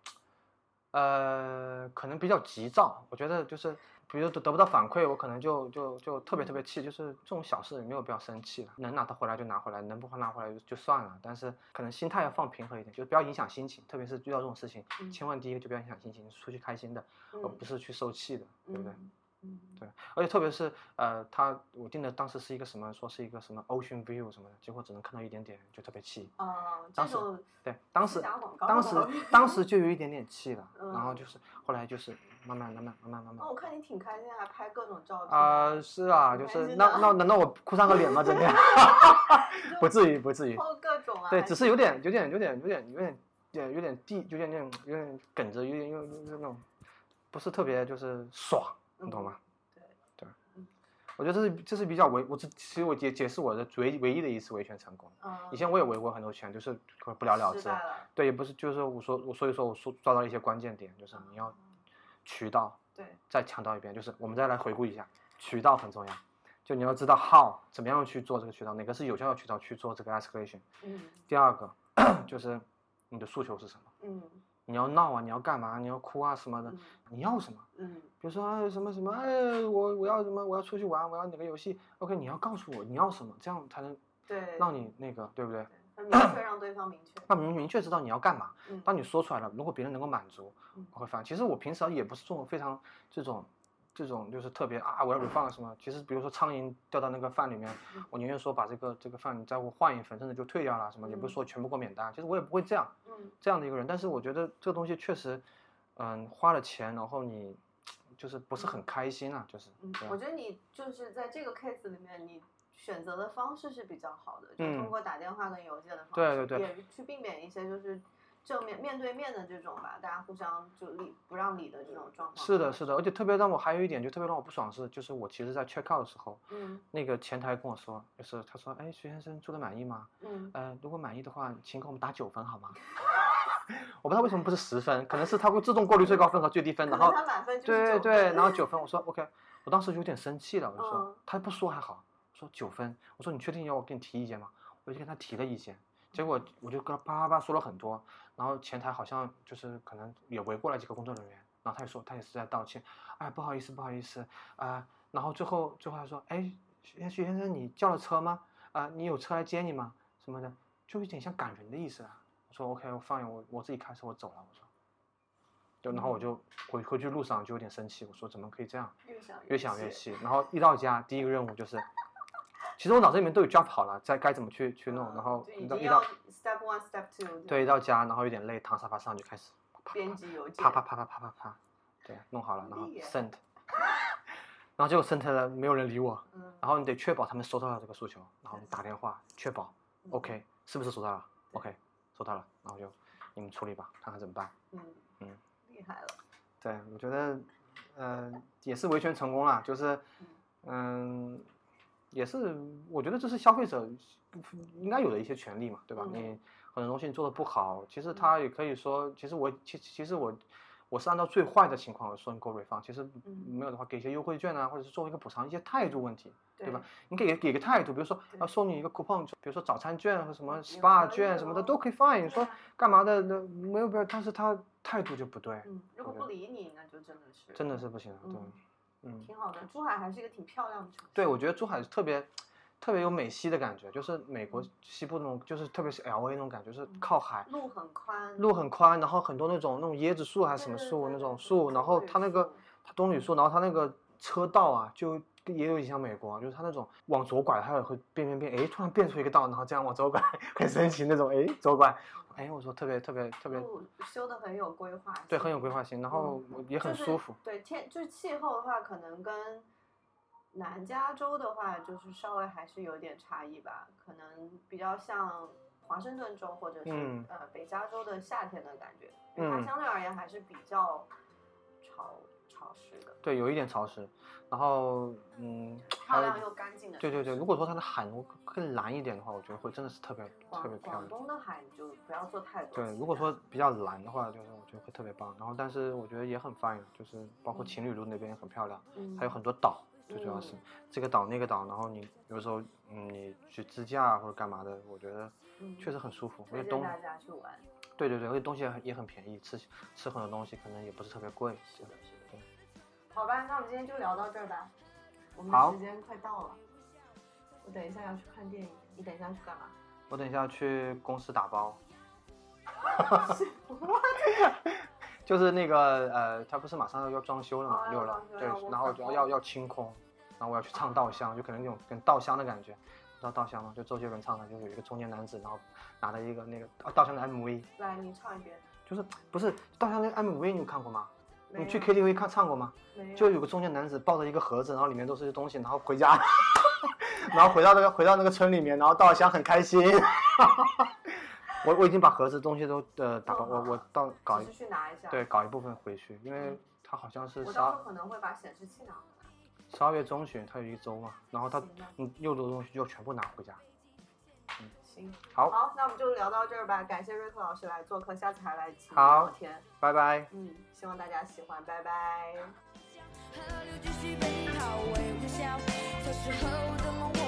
Speaker 2: 呃，可能比较急躁。我觉得就是，比如得得不到反馈，我可能就就就特别特别气。就是这种小事也没有必要生气了，能拿它回来就拿回来，能不拿回来就就算了。但是可能心态要放平和一点，就不要影响心情。特别是遇到这种事情，
Speaker 1: 嗯
Speaker 2: 千万第一个就不要影响心情，出去开心的，而
Speaker 1: 嗯
Speaker 2: 呃不是去受气的，对不对？
Speaker 1: 嗯嗯，
Speaker 2: 对而且特别是呃，他我订的当时是一个什么，说是一个什么 Ocean View 什么的，结果只能看到一点点，就特别气。
Speaker 1: 啊，这
Speaker 2: 当时
Speaker 1: 种
Speaker 2: 对，当
Speaker 1: 虚
Speaker 2: 时
Speaker 1: 假广告哦
Speaker 2: 当时当时就有一点点气了，
Speaker 1: 嗯哦
Speaker 2: 然后就是后来就是慢慢慢慢慢慢慢
Speaker 1: 那
Speaker 2: 慢。
Speaker 1: 我看你挺开心，还拍各种照片
Speaker 2: 啊、是啊，
Speaker 1: 挺
Speaker 2: 就
Speaker 1: 开
Speaker 2: 是
Speaker 1: 心
Speaker 2: 那
Speaker 1: 的
Speaker 2: 那难道我哭丧个脸吗？整天不至于不至于，
Speaker 1: 抛各种啊，
Speaker 2: 对，
Speaker 1: 还
Speaker 2: 只是有点有点有点有点有点有点有点地有点那种有点梗着，有点有有有那种不是特别就是爽，你懂吗？？
Speaker 1: 嗯
Speaker 2: 我觉得这是这是比较唯我这其实我解解释我的唯唯一的一次维权成功。
Speaker 1: 对，嗯，
Speaker 2: 以前我也维过很多拳，就是不不了了
Speaker 1: 失
Speaker 2: 之。
Speaker 1: 败了，
Speaker 2: 对，也不是，就是我说我所以说我说抓到一些关键点，就是你要渠道
Speaker 1: 对，
Speaker 2: 再强调一遍，就是我们再来回顾一下，渠道很重要。就你要知道 how 怎么样去做这个渠道，哪个是有效的渠道去做这个 escalation。
Speaker 1: 嗯
Speaker 2: 第二个 [COUGHS] 就是你的诉求是什么？
Speaker 1: 嗯
Speaker 2: 你要闹啊，你要干嘛？你要哭啊什么的，
Speaker 1: 嗯
Speaker 2: 你要什么？
Speaker 1: 嗯
Speaker 2: 比如说、哎、什么什么，哎，我我要什么？我要出去玩，我要哪个游戏？OK，你要告诉我你要什么，这样才能
Speaker 1: 对，
Speaker 2: 让你那个，对不对？
Speaker 1: 很明确让对方明确，
Speaker 2: 让你明确知道你要干嘛。
Speaker 1: 嗯，
Speaker 2: 当你说出来了，如果别人能够满足
Speaker 1: 嗯，
Speaker 2: 我会发现，其实我平时啊也不是这种非常这种这种就是特别啊，我要 refund 什么。其实比如说苍蝇掉到那个饭里面
Speaker 1: 嗯，
Speaker 2: 我宁愿说把这个这个饭你再给我换一份，甚至就退掉了什么，也不
Speaker 1: 嗯
Speaker 2: 是说全部给我免单。其实我也不会这样
Speaker 1: 嗯
Speaker 2: 这样的一个人，但是我觉得这个东西确实，嗯，花了钱，然后你就是不是很开心啊，就是。
Speaker 1: 嗯
Speaker 2: 对，
Speaker 1: 我觉得你就是在这个 case 里面，你选择的方式是比较好的，就
Speaker 2: 嗯
Speaker 1: 通过打电话跟邮件的方式，
Speaker 2: 对对对
Speaker 1: 也去避免一些就是正面面对面的这种吧，大家互相就理不让理的这种状况。
Speaker 2: 是的，是的，而且特别让我还有一点，就特别让我不爽是，就是我其实在 check out 的时候，
Speaker 1: 嗯
Speaker 2: 那个前台跟我说，就是他说，哎，徐先生住的满意吗？
Speaker 1: 嗯
Speaker 2: 呃，如果满意的话，请给我们打九分好吗？ [LAUGHS] 我不知道为什么不是十分，可能是它会自动过滤最高分和最低分，
Speaker 1: 可
Speaker 2: 然
Speaker 1: 能
Speaker 2: 后
Speaker 1: 他满分就是
Speaker 2: 对
Speaker 1: 九
Speaker 2: 对，
Speaker 1: 分
Speaker 2: 然后九分，我说 OK，我当时有点生气了，我就说、
Speaker 1: 嗯
Speaker 2: 他不说还好，说九分，我说你确定要我给你提意见吗？我就跟他提了意见，结果我就跟他叭叭叭说了很多，然后前台好像就是可能也围过来几个工作人员，然后他也说他也是在道歉，哎不好意思不好意思啊、然后最后最后他说哎徐徐先生你叫了车吗？啊、你有车来接你吗？什么的，就有点像赶人的意思啊。我说 OK，我放眼我我自己开车我走了，我说。就然后我就
Speaker 1: 嗯
Speaker 2: 回回去路上就有点生气，我说怎么可以这样？
Speaker 1: 越想
Speaker 2: 越想越气。然后一到家，第一个任务就是，其实我脑子里面都有 job 好了，在该怎么去去弄。
Speaker 1: 嗯
Speaker 2: 然后
Speaker 1: 就
Speaker 2: 一
Speaker 1: 已
Speaker 2: 到
Speaker 1: 经
Speaker 2: 一
Speaker 1: 要
Speaker 2: 到
Speaker 1: step one step two
Speaker 2: 对一到家，然后有点累，躺沙发上就开始
Speaker 1: 编辑邮件
Speaker 2: 啪啪啪啪啪啪啪，对，弄好了，然后
Speaker 1: 厉害
Speaker 2: send，然后结果 send 了，没有人理我。
Speaker 1: 嗯
Speaker 2: 然后你得确保他们收到了这个诉求，然后你打电话确保
Speaker 1: 嗯
Speaker 2: OK 是不是收到了？OK 收到了，然后就你们处理吧，看看怎么办。
Speaker 1: 嗯
Speaker 2: 嗯
Speaker 1: 厉害了
Speaker 2: 对，我觉得，呃，也是维权成功啦，就是
Speaker 1: 嗯，
Speaker 2: 嗯、也是，我觉得这是消费者应该有的一些权利嘛，对吧？
Speaker 1: 嗯
Speaker 2: 你很多东西你做的不好，其实他也可以说，其实我其其实我我是按照最坏的情况说你给我 refund，其实
Speaker 1: 嗯
Speaker 2: 没有的话给一些优惠券啊，或者是作为一个补偿，一些态度问题，
Speaker 1: 对
Speaker 2: 吧？你可以给个态度，比如说
Speaker 1: 对
Speaker 2: 要送你一个 coupon，比如说早餐券和什么
Speaker 1: 嗯
Speaker 2: SPA
Speaker 1: 可以
Speaker 2: 券什么的
Speaker 1: 哦
Speaker 2: 都可以 fine，你
Speaker 1: 对
Speaker 2: 说
Speaker 1: 啊
Speaker 2: 干嘛的那没有必要，但是他态度就不对。
Speaker 1: 嗯，如果
Speaker 2: 我觉
Speaker 1: 不
Speaker 2: 得
Speaker 1: 理你，那就真的是
Speaker 2: 真的是不行，对，
Speaker 1: 嗯
Speaker 2: 嗯，
Speaker 1: 挺好的。珠海还是一个挺漂亮的城市。
Speaker 2: 对，我觉得珠海是特别特别有美西的感觉，就是美国西部那种，就是特别是 L A 那种感觉，就是
Speaker 1: 嗯
Speaker 2: 靠海，
Speaker 1: 路很宽，
Speaker 2: 路很宽，然后很多那种那种椰子树还是什么
Speaker 1: 对对
Speaker 2: 树
Speaker 1: 对
Speaker 2: 那
Speaker 1: 对
Speaker 2: 种
Speaker 1: 对
Speaker 2: 树，然后
Speaker 1: 棕榈
Speaker 2: 它那个
Speaker 1: 树
Speaker 2: 它棕榈树，然后它那个车道啊，就也有点像美国，啊就是它那种往左拐，它也会变变变，哎，突然变出一个道，然后这样往左拐，很神奇那种，哎，左拐，哎，我说特别特别特别，
Speaker 1: 路修的很有规划性，
Speaker 2: 对，很有规划性，然后也
Speaker 1: 嗯
Speaker 2: 很
Speaker 1: 就是
Speaker 2: 舒服，
Speaker 1: 对天，就是气候的话，可能跟南加州的话，就是稍微还是有点差异吧，可能比较像华盛顿州或者是、
Speaker 2: 嗯
Speaker 1: 呃北加州的夏天的感觉，因为它
Speaker 2: 嗯
Speaker 1: 相对而言还是比较潮潮湿的，
Speaker 2: 对，有一点潮湿，然后嗯，
Speaker 1: 漂
Speaker 2: 还有
Speaker 1: 亮又干净的城
Speaker 2: 对
Speaker 1: 市。
Speaker 2: 对对，如果说它的海能更蓝一点的话，我觉得会真的是特别特别
Speaker 1: 广
Speaker 2: 漂
Speaker 1: 广
Speaker 2: 亮。
Speaker 1: 东的海你就不要做太多期待。
Speaker 2: 对，如果说比较蓝的话，就是我觉得会特别棒。然后，但是我觉得也很 fine，就是包括
Speaker 1: 嗯
Speaker 2: 情侣路那边也很漂亮，
Speaker 1: 嗯
Speaker 2: 还有很多岛，最主要是
Speaker 1: 嗯
Speaker 2: 这个岛那个岛。然后你有时候嗯你去自驾啊或者干嘛的，我觉得
Speaker 1: 嗯
Speaker 2: 确实很舒服。而
Speaker 1: 推荐
Speaker 2: 且东
Speaker 1: 大家去玩。
Speaker 2: 对对对，而且东西也很也很便宜，吃吃很多东西可能也不是特别贵。
Speaker 1: 是的，是的。好吧，那我们今天就聊到这儿吧，我们
Speaker 2: 好
Speaker 1: 时间快到了。我等一下要去看电影，你等一下去干嘛？[LAUGHS]
Speaker 2: 我等一下去公司打包，就是那个呃，它不是马上要装修了嘛，
Speaker 1: 哦
Speaker 2: 六
Speaker 1: 要
Speaker 2: 楼
Speaker 1: 装修
Speaker 2: 对
Speaker 1: 要我，
Speaker 2: 然后
Speaker 1: 反
Speaker 2: 就
Speaker 1: 光
Speaker 2: 要要清空，然后我要去唱稻香，就可能那种跟稻香的感觉，知道稻香吗？就周杰伦唱的，就是有一个中年男子，然后拿着一个那个啊稻香的 MV，
Speaker 1: 来，你唱一遍。
Speaker 2: 就是不是稻香那个 MV 你有看过吗？
Speaker 1: 没
Speaker 2: 你
Speaker 1: 有
Speaker 2: 去 KTV 看唱过吗？
Speaker 1: 没有
Speaker 2: 就有个中年男子抱着一个盒子，然后里面都是东西，然后回家， [LAUGHS] 然后回到那个回到那个村里面，然后稻香很开心。 [LAUGHS] 我我已经把盒子东西都呃打包，我我到搞一
Speaker 1: 只是去拿一下。
Speaker 2: 对，搞一部分回去，因
Speaker 1: 哦
Speaker 2: 为
Speaker 1: 嗯
Speaker 2: 它好像是哦
Speaker 1: 我
Speaker 2: 十
Speaker 1: 到
Speaker 2: 二
Speaker 1: 时候可能会把显示器拿回来。
Speaker 2: 十二月中旬，它有一周嘛，然后它
Speaker 1: 行吧
Speaker 2: 嗯又多的东西就全部拿回家。
Speaker 1: 行，
Speaker 2: 好，
Speaker 1: 好，那我们就聊到这儿吧。感谢瑞克老师来做客，下次还来请你
Speaker 2: 好
Speaker 1: 聊天。
Speaker 2: 拜拜。
Speaker 1: 嗯，希望大家喜欢，拜拜。
Speaker 4: 河流继续奔跑，微微笑，小时候的梦。